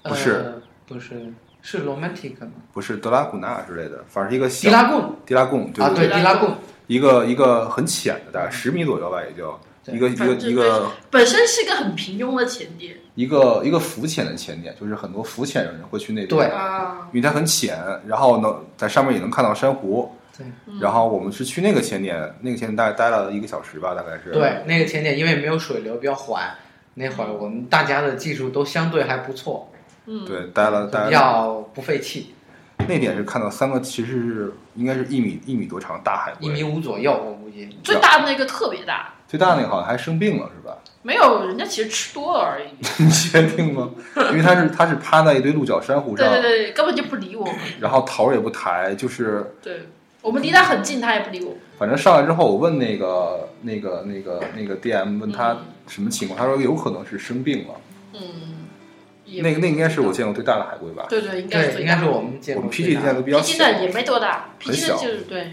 [SPEAKER 2] 呃
[SPEAKER 1] 不是
[SPEAKER 2] 不是是 romantic 吗？
[SPEAKER 1] 不是德拉古纳之类的，反正是一个
[SPEAKER 2] 迪
[SPEAKER 1] 小
[SPEAKER 2] 拉贡
[SPEAKER 1] 迪拉贡，
[SPEAKER 2] 啊，
[SPEAKER 1] 对
[SPEAKER 2] 对，
[SPEAKER 1] 对，
[SPEAKER 2] 迪拉贡，
[SPEAKER 1] 一个一个很浅的，大概十米左右吧，也就
[SPEAKER 2] 嗯对
[SPEAKER 1] 一个一
[SPEAKER 3] 反
[SPEAKER 1] 个
[SPEAKER 3] 正就
[SPEAKER 1] 一个
[SPEAKER 3] 本身是一个很平庸的前点
[SPEAKER 1] 一个一个浮潜的潜点，就是很多浮潜人会去那边，
[SPEAKER 2] 对
[SPEAKER 3] 啊，
[SPEAKER 1] 因为它很浅，然后能在上面也能看到珊瑚。
[SPEAKER 2] 对
[SPEAKER 3] 嗯
[SPEAKER 1] 然后我们是去那个潜点，那个潜点大概待了一个小时吧，大概是。
[SPEAKER 2] 对，那个前点因为没有水流比较缓，那会儿我们大家的技术都相对还不错，
[SPEAKER 3] 嗯，
[SPEAKER 1] 对，待了待
[SPEAKER 2] 比
[SPEAKER 1] 了。
[SPEAKER 2] 较不费气，
[SPEAKER 1] 那点是看到三个，其实是应该是一米一米多长的大海
[SPEAKER 2] 一
[SPEAKER 1] 龟，
[SPEAKER 2] 米五左右我估计。
[SPEAKER 3] 最大的那个特别大，
[SPEAKER 1] 最大那个好像还生病了是吧？
[SPEAKER 3] 没有人家其实吃多了而已，
[SPEAKER 1] 你确定吗？因为它是它是趴在一堆鹿角珊瑚
[SPEAKER 3] 对
[SPEAKER 1] 上，
[SPEAKER 3] 对对，根本就不理我们，
[SPEAKER 1] 然后头儿也不抬，就是
[SPEAKER 3] 对我们离它很近，它也不理我们，
[SPEAKER 1] 反正上来之后，我问那个那个那个那个 DM 问他什么情况，他说有可能是生病了。
[SPEAKER 3] 嗯，也
[SPEAKER 1] 那个那应该是我见过最大的海龟吧？
[SPEAKER 3] 对对，应该是
[SPEAKER 2] 对，
[SPEAKER 3] 最
[SPEAKER 2] 应
[SPEAKER 3] 大
[SPEAKER 2] 该
[SPEAKER 3] 的
[SPEAKER 2] 是我们见
[SPEAKER 1] 我
[SPEAKER 2] 过
[SPEAKER 1] 们
[SPEAKER 2] 最
[SPEAKER 1] PG
[SPEAKER 2] 大
[SPEAKER 1] 见
[SPEAKER 2] 的。
[SPEAKER 1] 的比较
[SPEAKER 3] 皮筋
[SPEAKER 1] 小，
[SPEAKER 3] 的也没多大，皮筋的
[SPEAKER 1] 小
[SPEAKER 3] 就是对。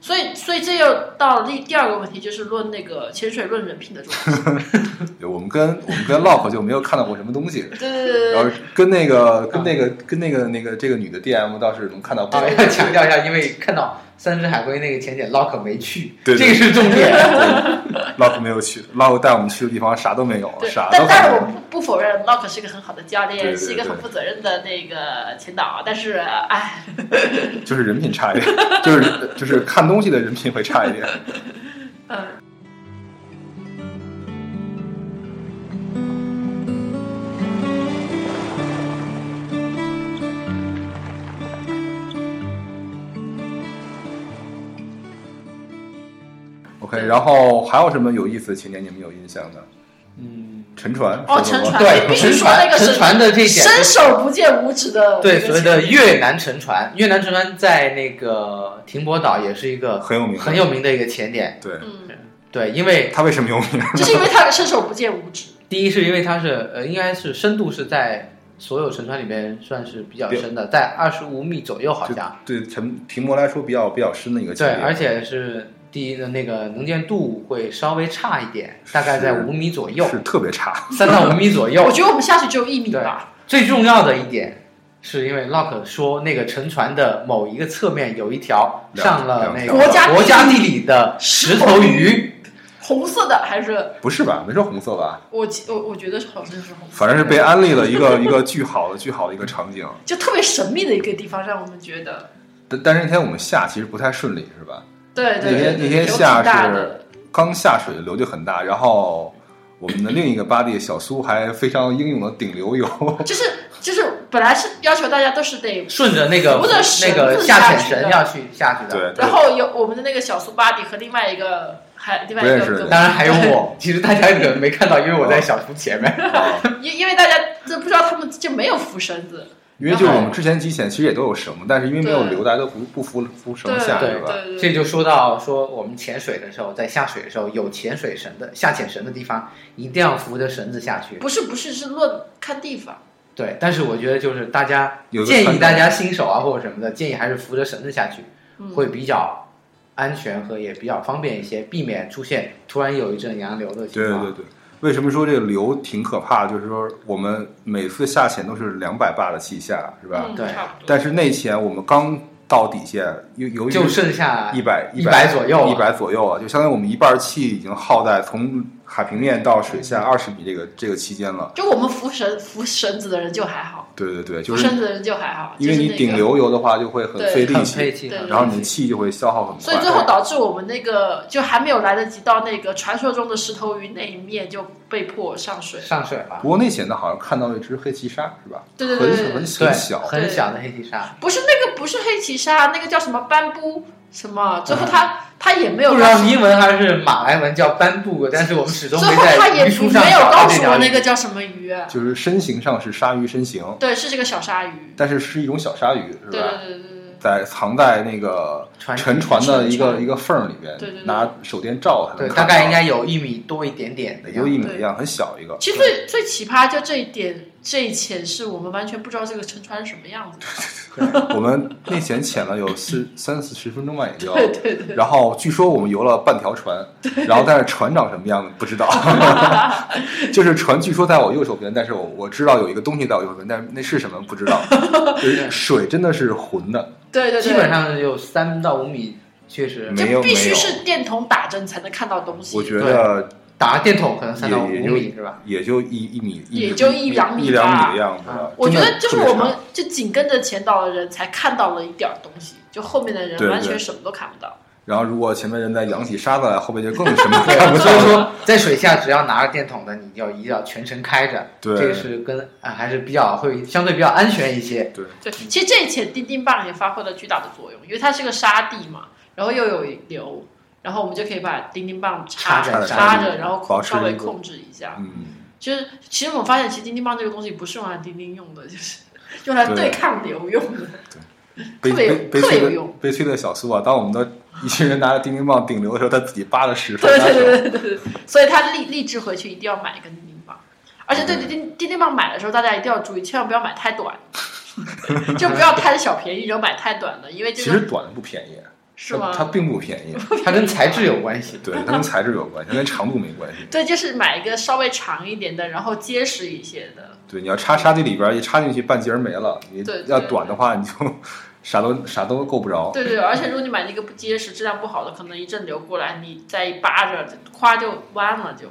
[SPEAKER 3] 所以，所以这又到了第第二个问题，就是论那个潜水论人品的重要性。
[SPEAKER 1] 对我们跟我们跟 Lock 就没有看到过什么东 西。
[SPEAKER 3] 对对 对
[SPEAKER 1] 然
[SPEAKER 3] 对
[SPEAKER 1] 后跟那
[SPEAKER 3] 啊
[SPEAKER 1] 个跟那个跟那个那个这个女的 DM 倒是能看到不
[SPEAKER 2] 啊，
[SPEAKER 1] 少。
[SPEAKER 2] 要强调一下，因为看到三只海龟那个潜点 lock 没去，
[SPEAKER 1] 对对
[SPEAKER 2] 这个是重 点。
[SPEAKER 1] 老虎没有去，老虎带我们去的地方啥都没有，
[SPEAKER 3] 对，
[SPEAKER 1] 啥都
[SPEAKER 3] 但但
[SPEAKER 1] 看
[SPEAKER 3] 是
[SPEAKER 1] 不
[SPEAKER 3] 我
[SPEAKER 1] 到。
[SPEAKER 3] 不不否认，Lock 是一个很好的教练，
[SPEAKER 1] 对对对
[SPEAKER 3] 是一个很负责任的那个前导，但是哎，
[SPEAKER 1] 就是人品差一点， 就是就是看东西的人品会差一点。
[SPEAKER 3] 嗯，
[SPEAKER 1] OK，
[SPEAKER 3] 对
[SPEAKER 1] 然后还有什么有意思的情节你们有印象的？
[SPEAKER 2] 嗯，
[SPEAKER 1] 沉船
[SPEAKER 3] 哦
[SPEAKER 1] 是吧
[SPEAKER 3] 沉船
[SPEAKER 2] 对，
[SPEAKER 3] 必须
[SPEAKER 2] 沉
[SPEAKER 3] 说那
[SPEAKER 2] 船
[SPEAKER 3] 个是
[SPEAKER 2] 沉船的这一点，
[SPEAKER 3] 伸手不见五指的
[SPEAKER 2] 对
[SPEAKER 3] 那
[SPEAKER 2] 所
[SPEAKER 3] 个
[SPEAKER 2] 谓
[SPEAKER 3] 前导
[SPEAKER 2] 的越南沉船，越南沉船在那个停泊岛也是一个
[SPEAKER 1] 很有名，
[SPEAKER 2] 很有名的一个潜点。
[SPEAKER 1] 对。
[SPEAKER 3] 嗯，
[SPEAKER 2] 对，因为
[SPEAKER 1] 他为什么有名？
[SPEAKER 3] 就是因为他的伸手不见五指，
[SPEAKER 2] 第一是因为它是呃，应该是深度是在所有沉船里面算是比较深的，在二十五米左右好
[SPEAKER 1] 就
[SPEAKER 2] 像。
[SPEAKER 1] 对沉屏幕来说比较比较深的一个情
[SPEAKER 2] 对，
[SPEAKER 1] 节，
[SPEAKER 2] 而且是第一的那个能见度会稍微差一点，大概在
[SPEAKER 1] 是
[SPEAKER 2] 五米左右，
[SPEAKER 1] 是特别差。
[SPEAKER 2] 三到五米左右
[SPEAKER 3] 我。觉得我们下去只有一米
[SPEAKER 2] 对
[SPEAKER 3] 吧，
[SPEAKER 2] 最重要的一点，是因为 Lock 说那个沉船的某一个侧面有一条
[SPEAKER 1] 两
[SPEAKER 2] 上了那
[SPEAKER 1] 两
[SPEAKER 2] 个
[SPEAKER 3] 国家地理
[SPEAKER 2] 国家地理的石头鱼，
[SPEAKER 3] 红色的还是
[SPEAKER 1] 不是吧？没说红色吧？
[SPEAKER 3] 我记我我觉得好像是红色，
[SPEAKER 1] 反正是被安利了一个一个巨好的巨好的一个场景。
[SPEAKER 3] 就特别神秘的一个地方，让我们觉得
[SPEAKER 1] 但但是那天我们下其实不太顺利，是吧？
[SPEAKER 3] 对
[SPEAKER 1] 那
[SPEAKER 3] 对对
[SPEAKER 1] 天
[SPEAKER 3] 对，
[SPEAKER 1] 那天
[SPEAKER 3] 流
[SPEAKER 1] 下
[SPEAKER 3] 挺大
[SPEAKER 1] 是
[SPEAKER 3] 的，
[SPEAKER 1] 刚下水流就很大，然后我们的另一个 buddy 小苏还非常英勇的顶流游，
[SPEAKER 3] 就是就是本来是要求大家都是得
[SPEAKER 2] 顺着那个
[SPEAKER 3] 扶着绳
[SPEAKER 2] 那
[SPEAKER 3] 子
[SPEAKER 2] 个
[SPEAKER 3] 下
[SPEAKER 2] 潜
[SPEAKER 3] 去
[SPEAKER 2] 绳
[SPEAKER 3] 的
[SPEAKER 2] 要去下去的。
[SPEAKER 1] 对，
[SPEAKER 3] 然后有我们的那个小苏巴迪和另外一个还另外一
[SPEAKER 1] 不认识
[SPEAKER 3] 个
[SPEAKER 1] 的
[SPEAKER 2] 当然还有我，其实大家可能没看到，因为
[SPEAKER 1] 哦
[SPEAKER 2] 我在小叔前面。
[SPEAKER 1] 啊
[SPEAKER 3] 因因为大家都不知道他们就没有扶绳子，
[SPEAKER 1] 因为就是我们之前集潜其实也都有绳，但是因为没有
[SPEAKER 3] 对
[SPEAKER 1] 流，大家都不不扶扶绳下，
[SPEAKER 2] 对
[SPEAKER 1] 是吧？
[SPEAKER 3] 对
[SPEAKER 2] 这就说到说我们潜水的时候，在下水的时候有潜水绳的下潜绳的地方，一定要扶着绳子下去。
[SPEAKER 3] 不是不是是论看地方，
[SPEAKER 2] 对，但是我觉得就是大家
[SPEAKER 1] 有的
[SPEAKER 2] 建
[SPEAKER 1] 传
[SPEAKER 2] 议
[SPEAKER 1] 统
[SPEAKER 2] 大家新手啊或者什么的，建议还是扶着绳子下去，
[SPEAKER 3] 嗯，
[SPEAKER 2] 会比较安全和也比较方便一些，避免出现突然有一阵洋流的情
[SPEAKER 1] 对
[SPEAKER 2] 况。
[SPEAKER 1] 对对。为什么说这个流挺可怕的？就是说我们每次下潜都是两百坝的气下，是吧？
[SPEAKER 3] 嗯
[SPEAKER 2] 对
[SPEAKER 3] 差不多
[SPEAKER 1] 但是内潜我们刚到底线，由由于
[SPEAKER 2] 就剩下
[SPEAKER 1] 一百
[SPEAKER 2] 哎一百左右啊
[SPEAKER 1] 一百左右了，啊就相当于我们一半气已经耗在从海平面到水下二十米这个这个期间了。
[SPEAKER 3] 就我们扶绳扶绳子的人就还好，
[SPEAKER 1] 对对对，就
[SPEAKER 3] 扶
[SPEAKER 1] 是
[SPEAKER 3] 绳子的人就还好，
[SPEAKER 1] 因为
[SPEAKER 3] 就是
[SPEAKER 1] 你
[SPEAKER 3] 那个
[SPEAKER 1] 顶，流游的话就会很
[SPEAKER 3] 对
[SPEAKER 1] 费力
[SPEAKER 2] 很
[SPEAKER 1] 气，
[SPEAKER 2] 配气，
[SPEAKER 3] 对
[SPEAKER 2] 很
[SPEAKER 1] 然后
[SPEAKER 2] 费
[SPEAKER 1] 你
[SPEAKER 2] 气
[SPEAKER 1] 气就会消耗很快。
[SPEAKER 3] 所以最后导致我们那个就还没有来得及到那个传说中的石头鱼那一面就被迫上水，
[SPEAKER 2] 上水吧，
[SPEAKER 1] 不过内潜的好像看到一只黑鳍鲨，是吧？
[SPEAKER 3] 对对对对
[SPEAKER 1] 很很
[SPEAKER 3] 对，
[SPEAKER 2] 对
[SPEAKER 1] 很小，
[SPEAKER 2] 很小的黑体鲨，
[SPEAKER 3] 不是那个不是黑鳍鲨，那个叫什么斑布什么，最后他他也没有
[SPEAKER 2] 不知道英文还是马来文叫斑布，但是我们始终
[SPEAKER 3] 最
[SPEAKER 2] 没
[SPEAKER 3] 后他
[SPEAKER 2] 在
[SPEAKER 3] 也
[SPEAKER 2] 鱼
[SPEAKER 3] 没
[SPEAKER 2] 书上
[SPEAKER 3] 有
[SPEAKER 2] 找
[SPEAKER 3] 告
[SPEAKER 2] 到
[SPEAKER 3] 诉
[SPEAKER 2] 条
[SPEAKER 3] 我那
[SPEAKER 2] 鱼。
[SPEAKER 3] 个叫什么鱼，
[SPEAKER 1] 就是身形上是鲨鱼身形，
[SPEAKER 3] 对，是这个小鲨鱼，
[SPEAKER 1] 但是是一种小鲨鱼，是
[SPEAKER 3] 对对
[SPEAKER 1] 吧？
[SPEAKER 3] 对对对。
[SPEAKER 1] 在藏在那个
[SPEAKER 2] 船
[SPEAKER 1] 沉船的一
[SPEAKER 3] 沉
[SPEAKER 1] 个
[SPEAKER 3] 船
[SPEAKER 1] 一个缝儿里边
[SPEAKER 3] 对对对，
[SPEAKER 1] 拿手电照它能
[SPEAKER 2] 对，
[SPEAKER 1] 看
[SPEAKER 2] 大概
[SPEAKER 1] 到
[SPEAKER 2] 应该有一米多一点点的
[SPEAKER 1] 也
[SPEAKER 2] 样
[SPEAKER 1] 就
[SPEAKER 2] 子。
[SPEAKER 1] 一米一样，很小一个。
[SPEAKER 3] 其实最最奇葩就这一点，这一潜是我们完全不知道这个沉船是什么样子的。
[SPEAKER 1] 我们内潜潜了有四三四十分钟吧，也就。
[SPEAKER 3] 对对对，
[SPEAKER 1] 然后据说我们游了半条船，然后但是船长什么样子不知 道，就是船据说在我右手边，但是我我知道有一个东西在我右手边，但是那是什么不知道。 就是水真的是浑的，
[SPEAKER 3] 对对对，
[SPEAKER 2] 基本上有三到五米，确实
[SPEAKER 1] 没有
[SPEAKER 3] 就必
[SPEAKER 1] 没
[SPEAKER 3] 须
[SPEAKER 1] 有
[SPEAKER 3] 是电筒打针才能看到东西。
[SPEAKER 1] 我觉得
[SPEAKER 2] 打个电筒可能三到五
[SPEAKER 1] 也也就
[SPEAKER 2] 米是吧？
[SPEAKER 1] 也就一一米，一米
[SPEAKER 3] 也就一两米
[SPEAKER 1] 一两
[SPEAKER 3] 吧啊
[SPEAKER 1] 米的样子吧。
[SPEAKER 3] 我觉
[SPEAKER 1] 真
[SPEAKER 3] 得
[SPEAKER 1] 的
[SPEAKER 3] 就是
[SPEAKER 1] 特别
[SPEAKER 3] 我们
[SPEAKER 1] 长
[SPEAKER 3] 就紧跟着前导的人才看到了一点儿东西，就后面的人
[SPEAKER 1] 对对
[SPEAKER 3] 完全什么都看不到。
[SPEAKER 1] 然后如果前面人在扬起沙子来，后面就 更什么
[SPEAKER 2] 对
[SPEAKER 1] 看不
[SPEAKER 2] 所以
[SPEAKER 1] 到。
[SPEAKER 2] 说在水下只要拿着电筒的，你就一定要全程开着。
[SPEAKER 1] 对
[SPEAKER 2] 这个是跟啊还是比较会相对比较安 全一些。
[SPEAKER 1] 对，
[SPEAKER 3] 对，其实这一潜钉钉棒也发挥了巨大的作用，因为它是个沙地嘛，然后又有流，然后我们就可以把钉钉棒插
[SPEAKER 2] 插
[SPEAKER 1] 着
[SPEAKER 3] 插
[SPEAKER 1] 插
[SPEAKER 3] 着，
[SPEAKER 1] 着
[SPEAKER 3] 然后
[SPEAKER 1] 保
[SPEAKER 3] 控
[SPEAKER 1] 持
[SPEAKER 3] 稍微
[SPEAKER 1] 一个
[SPEAKER 3] 控制一下。
[SPEAKER 1] 嗯，
[SPEAKER 3] 就是其实我发现，其实钉钉棒这个东西不是用来钉钉用的，就是 用来
[SPEAKER 1] 对
[SPEAKER 3] 对抗流用的。
[SPEAKER 1] 悲
[SPEAKER 3] 特别有
[SPEAKER 1] 悲悲
[SPEAKER 3] 特别
[SPEAKER 1] 催
[SPEAKER 3] 有
[SPEAKER 1] 的
[SPEAKER 3] 用
[SPEAKER 1] 悲催的小苏啊，当我们的一群人拿着叮叮棒顶流的时候，他自己扒了十分。
[SPEAKER 3] 对对对对对对，所以他立立志回去一定要买一根钉钉棒，而且对
[SPEAKER 1] 嗯
[SPEAKER 3] 钉钉钉钉棒买的时候，大家一定要注意，千万不要买太短， 就不要贪小便宜，然后买太短的，因为
[SPEAKER 1] 其
[SPEAKER 3] 这
[SPEAKER 1] 实
[SPEAKER 3] 个
[SPEAKER 1] 短的不便宜，
[SPEAKER 3] 是
[SPEAKER 1] 它
[SPEAKER 3] 吗？
[SPEAKER 1] 它并不便宜，
[SPEAKER 2] 它跟材质有关系。
[SPEAKER 1] 对，它跟材质有关系，它跟长度没关系。
[SPEAKER 3] 对，就是买一个稍微长一点的，然后结实一些的。
[SPEAKER 1] 对，你要插沙地里边儿一插进去半截儿没了，你
[SPEAKER 3] 对对
[SPEAKER 1] 要短的话你就 啥都啥都够不着。
[SPEAKER 3] 对对，而且如果你买那个不结实、质量不好的，可能一阵流过来，你再一扒着，咵就弯了就。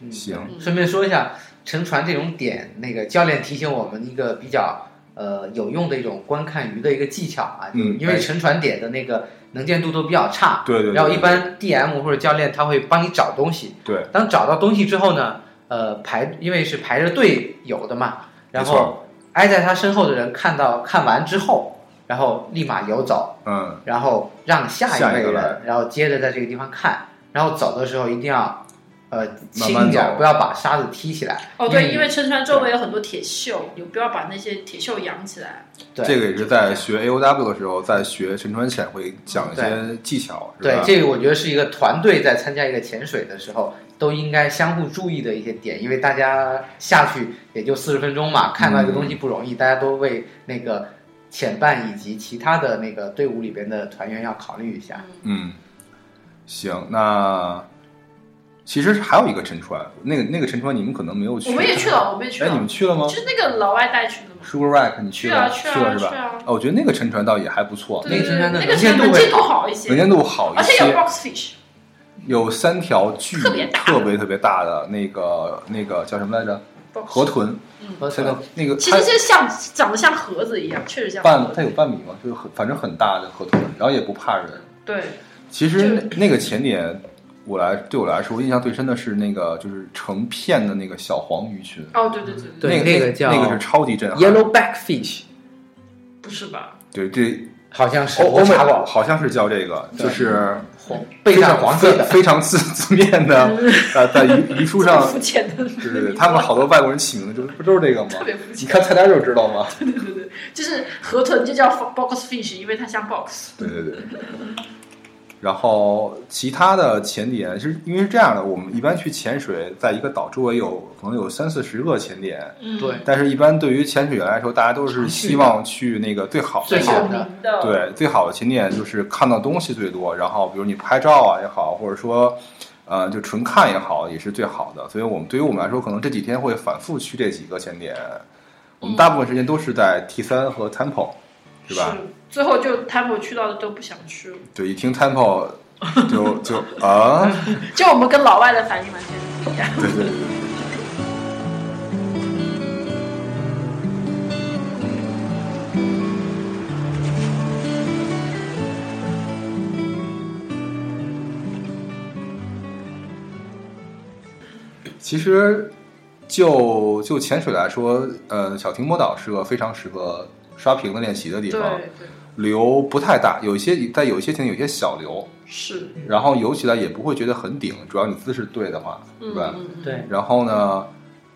[SPEAKER 2] 嗯
[SPEAKER 1] 行，
[SPEAKER 2] 顺便说一下，乘船这种点，那个教练提醒我们一个比较呃有用的一种观看鱼的一个技巧啊，
[SPEAKER 1] 嗯
[SPEAKER 2] 因为乘船点的那个能见度都比较差，
[SPEAKER 1] 对对对
[SPEAKER 2] 然后一般 DM 或者教练他会帮你找东西，
[SPEAKER 1] 对，
[SPEAKER 2] 当找到东西之后呢，呃排因为是排着队有的嘛，然
[SPEAKER 1] 没
[SPEAKER 2] 后挨在他身后的人看到看完之后，然后立马游走，
[SPEAKER 1] 嗯，
[SPEAKER 2] 然后让下
[SPEAKER 1] 下一
[SPEAKER 2] 一
[SPEAKER 1] 个
[SPEAKER 2] 个
[SPEAKER 1] 来
[SPEAKER 2] 人，然后接着在这个地方看，然后走的时候一定要呃轻
[SPEAKER 1] 慢
[SPEAKER 2] 一点，
[SPEAKER 1] 走
[SPEAKER 2] 不要把沙子踢起来。嗯
[SPEAKER 3] 哦，
[SPEAKER 1] 嗯
[SPEAKER 3] 对，因
[SPEAKER 2] 为
[SPEAKER 3] 为沉船周围有很多铁锈，你不要把那些铁锈扬起来。
[SPEAKER 2] 对
[SPEAKER 1] 这个也是在学 A O W 的时候，在学沉船潜会讲一些技巧，是
[SPEAKER 2] 对
[SPEAKER 1] 吧？
[SPEAKER 2] 这个我觉得是一个团队在参加一个潜水的时候都应该相互注意的一些点，因为大家下去也就四十分钟嘛，看到一
[SPEAKER 1] 嗯
[SPEAKER 2] 个东西不容易，大家都为那个潜伴以及其他的那个队伍里边的团员要考虑一下。
[SPEAKER 1] 嗯，行，那其实还有一个沉船，那个那个沉船你们可能没有去，
[SPEAKER 3] 我们也去了，我们也去
[SPEAKER 1] 哎，你
[SPEAKER 3] 了
[SPEAKER 1] 们，去了吗
[SPEAKER 3] 就是那个老外带去的嘛。
[SPEAKER 1] ？Sugar Rack 你
[SPEAKER 3] 去啊
[SPEAKER 1] 了，
[SPEAKER 3] 去
[SPEAKER 1] 去
[SPEAKER 3] 啊
[SPEAKER 1] 是
[SPEAKER 3] 去
[SPEAKER 1] 吧？
[SPEAKER 3] 啊！
[SPEAKER 1] 哦，我觉得那个沉船倒也还不错，
[SPEAKER 3] 对对对，
[SPEAKER 2] 那
[SPEAKER 3] 那
[SPEAKER 2] 个
[SPEAKER 3] 个
[SPEAKER 2] 沉船的能见
[SPEAKER 3] 船
[SPEAKER 2] 度
[SPEAKER 3] 能见度
[SPEAKER 2] 会
[SPEAKER 3] 好一些
[SPEAKER 1] 能，见度好一
[SPEAKER 3] 而且有
[SPEAKER 1] 些，
[SPEAKER 3] boxfish，
[SPEAKER 1] 有三条巨
[SPEAKER 3] 特别大
[SPEAKER 1] 特别特别大的那个那个叫什么来着？
[SPEAKER 3] box
[SPEAKER 1] 河豚，
[SPEAKER 2] 和
[SPEAKER 1] 三条那个
[SPEAKER 3] 其
[SPEAKER 1] 它
[SPEAKER 3] 实就像长得像盒子一样，确实像
[SPEAKER 1] 半
[SPEAKER 3] 盒
[SPEAKER 1] 它
[SPEAKER 3] 子。
[SPEAKER 1] 有半米嘛，就是很反正很大的河豚，然后也不怕人。
[SPEAKER 3] 对，
[SPEAKER 1] 其实那那个前点，我来对我来说印象最深的是那个就是成片的那个小黄鱼群，
[SPEAKER 3] 哦，对对对，
[SPEAKER 2] 对
[SPEAKER 1] 那
[SPEAKER 2] 那
[SPEAKER 1] 那
[SPEAKER 2] 个叫
[SPEAKER 1] 那个是超级震撼。
[SPEAKER 2] Yellowback fish
[SPEAKER 3] 不是吧？
[SPEAKER 1] 对对，
[SPEAKER 2] 好像是
[SPEAKER 1] 哦欧欧
[SPEAKER 2] 我
[SPEAKER 1] 美
[SPEAKER 2] 查过，
[SPEAKER 1] 好像是叫这个，
[SPEAKER 2] 对
[SPEAKER 1] 就是
[SPEAKER 2] 红背上黄色
[SPEAKER 1] 非
[SPEAKER 2] 的。
[SPEAKER 1] 非常字字面的，呃，在鱼鱼书上
[SPEAKER 3] 这么，肤浅的，
[SPEAKER 1] 对对对，他们好多外国人起名的就是不都是这个吗？
[SPEAKER 3] 特别肤
[SPEAKER 1] 你
[SPEAKER 3] 浅。
[SPEAKER 1] 看菜单就知道吗？
[SPEAKER 3] 就是河豚就叫 box fish，因为它像 box。
[SPEAKER 1] 对对对。然后其他的潜点是因为是这样的，我们一般去潜水，在一个岛周围有可能有三四十个潜点，
[SPEAKER 3] 嗯，
[SPEAKER 2] 对，
[SPEAKER 1] 但是一般对于潜水员来说，大家都是希望去那个最好的
[SPEAKER 2] 最好
[SPEAKER 1] 潜
[SPEAKER 3] 有
[SPEAKER 1] 点。
[SPEAKER 3] 名的。
[SPEAKER 1] 对，最好的潜点就是看到东西最多，然后比如你拍照啊也好，或者说，呃，就纯看也好，也是最好的。所以我们对于我们来说，可能这几天会反复去这几个潜点，我们大部分时间都是在 T 三和 Temple，是吧？？
[SPEAKER 3] 最后就 Temple 去到的都不想去了，
[SPEAKER 1] 对，一听 Temple 就就啊，
[SPEAKER 3] 就我们跟老外的反应完全是不一样。
[SPEAKER 1] 对对对。其实就就潜水来说，呃，小停泊岛是个非常适合刷屏的练习的地
[SPEAKER 3] 对
[SPEAKER 1] 方，
[SPEAKER 3] 对，
[SPEAKER 1] 流不太大，有一些在有一些情景有一些小流，
[SPEAKER 3] 是，
[SPEAKER 1] 然后游起来也不会觉得很顶，主要你姿势对的话，
[SPEAKER 3] 嗯
[SPEAKER 1] 是吧？
[SPEAKER 3] 嗯嗯
[SPEAKER 2] 对，
[SPEAKER 1] 然后呢，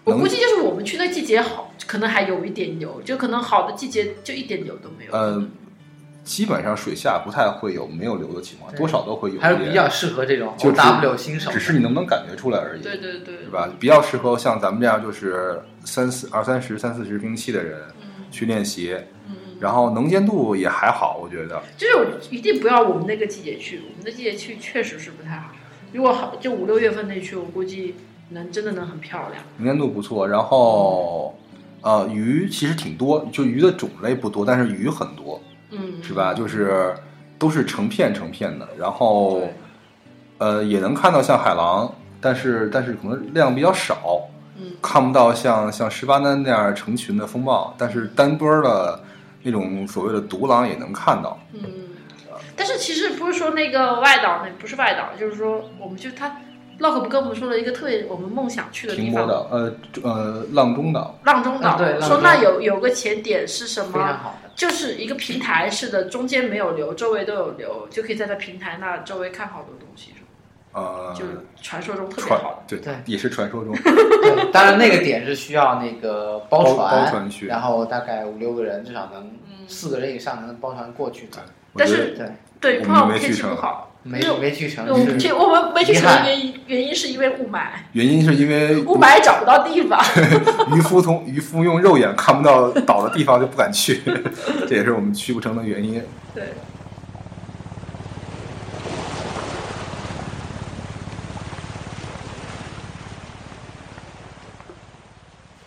[SPEAKER 3] 我
[SPEAKER 1] 能
[SPEAKER 3] 估计就是我们去的季节好，可能还有一点油，就可能好的季节就一点油都没有。
[SPEAKER 1] 呃，基本上水下不太会有没有流的情况，
[SPEAKER 2] 对
[SPEAKER 1] 多少都会有一
[SPEAKER 2] 还是比
[SPEAKER 1] 点，
[SPEAKER 2] 较适合这种
[SPEAKER 1] 就是
[SPEAKER 2] OW 新手的，
[SPEAKER 1] 只是你能不能感觉出来而已，
[SPEAKER 3] 对对对，
[SPEAKER 1] 是吧？比较适合像咱们这样就是三四二三十三四十兵器的人
[SPEAKER 3] 嗯
[SPEAKER 1] 去练习，
[SPEAKER 3] 嗯，
[SPEAKER 1] 然后能见度也还好，我觉得。
[SPEAKER 3] 就是我一定不要我们那个季节去，我们的季节去确实是不太好。如果好，就五六月份那去，我估计能真的能很漂亮。
[SPEAKER 1] 能见度不错，然后呃鱼其实挺多，就鱼的种类不多，但是鱼很多，
[SPEAKER 3] 嗯，
[SPEAKER 1] 是吧？就是都是成片成片的，然后
[SPEAKER 3] 对？
[SPEAKER 1] 呃也能看到像海狼，但是但是可能量比较少，
[SPEAKER 3] 嗯，
[SPEAKER 1] 看不到像像十八单那样成群的风暴，但是单波的那种所谓的独狼也能看到。
[SPEAKER 3] 嗯，但是其实不是说那个外岛，那不是外岛，就是说我们就他 Lock 不跟我们说了一个特别我们梦想去的
[SPEAKER 1] 停
[SPEAKER 3] 地
[SPEAKER 1] 泊
[SPEAKER 3] 方，
[SPEAKER 1] 岛，呃呃浪中岛，
[SPEAKER 3] 浪中岛，
[SPEAKER 2] 啊对浪中
[SPEAKER 3] 说那有有个前点是什
[SPEAKER 2] 非常
[SPEAKER 3] 么？
[SPEAKER 2] 好的。
[SPEAKER 3] 就是一个平台式的，中间没有流，周围都有流，就可以在那平台那周围看好多东西，是吧
[SPEAKER 1] 呃
[SPEAKER 3] 就是传说中特别
[SPEAKER 1] 传
[SPEAKER 3] 好的。
[SPEAKER 1] 对
[SPEAKER 2] 对
[SPEAKER 1] 也是传 说中
[SPEAKER 2] 对，当然那个点是需要那个包
[SPEAKER 1] 包
[SPEAKER 2] 船，
[SPEAKER 1] 包船去。
[SPEAKER 2] 然后大概五六个人，至少能
[SPEAKER 3] 嗯，
[SPEAKER 2] 四个人以上能包船过去的。
[SPEAKER 1] 我觉得
[SPEAKER 3] 但是
[SPEAKER 2] 对，
[SPEAKER 3] 对，
[SPEAKER 1] 我们
[SPEAKER 3] 碰到
[SPEAKER 1] 没
[SPEAKER 3] 天
[SPEAKER 1] 去
[SPEAKER 3] 气不
[SPEAKER 1] 成
[SPEAKER 3] 好，
[SPEAKER 2] 没
[SPEAKER 3] 没有
[SPEAKER 2] 没去成
[SPEAKER 3] 我们
[SPEAKER 2] 是
[SPEAKER 3] 去嗯我们没去
[SPEAKER 2] 遗
[SPEAKER 3] 成
[SPEAKER 2] 憾
[SPEAKER 3] 的原因原因是因为雾霾，
[SPEAKER 1] 原因是因 为
[SPEAKER 3] 雾霾找不到地方。
[SPEAKER 1] 渔夫从渔夫用肉眼看不到岛的地方就不敢去， 这也是我们去不成的原因。
[SPEAKER 3] 对。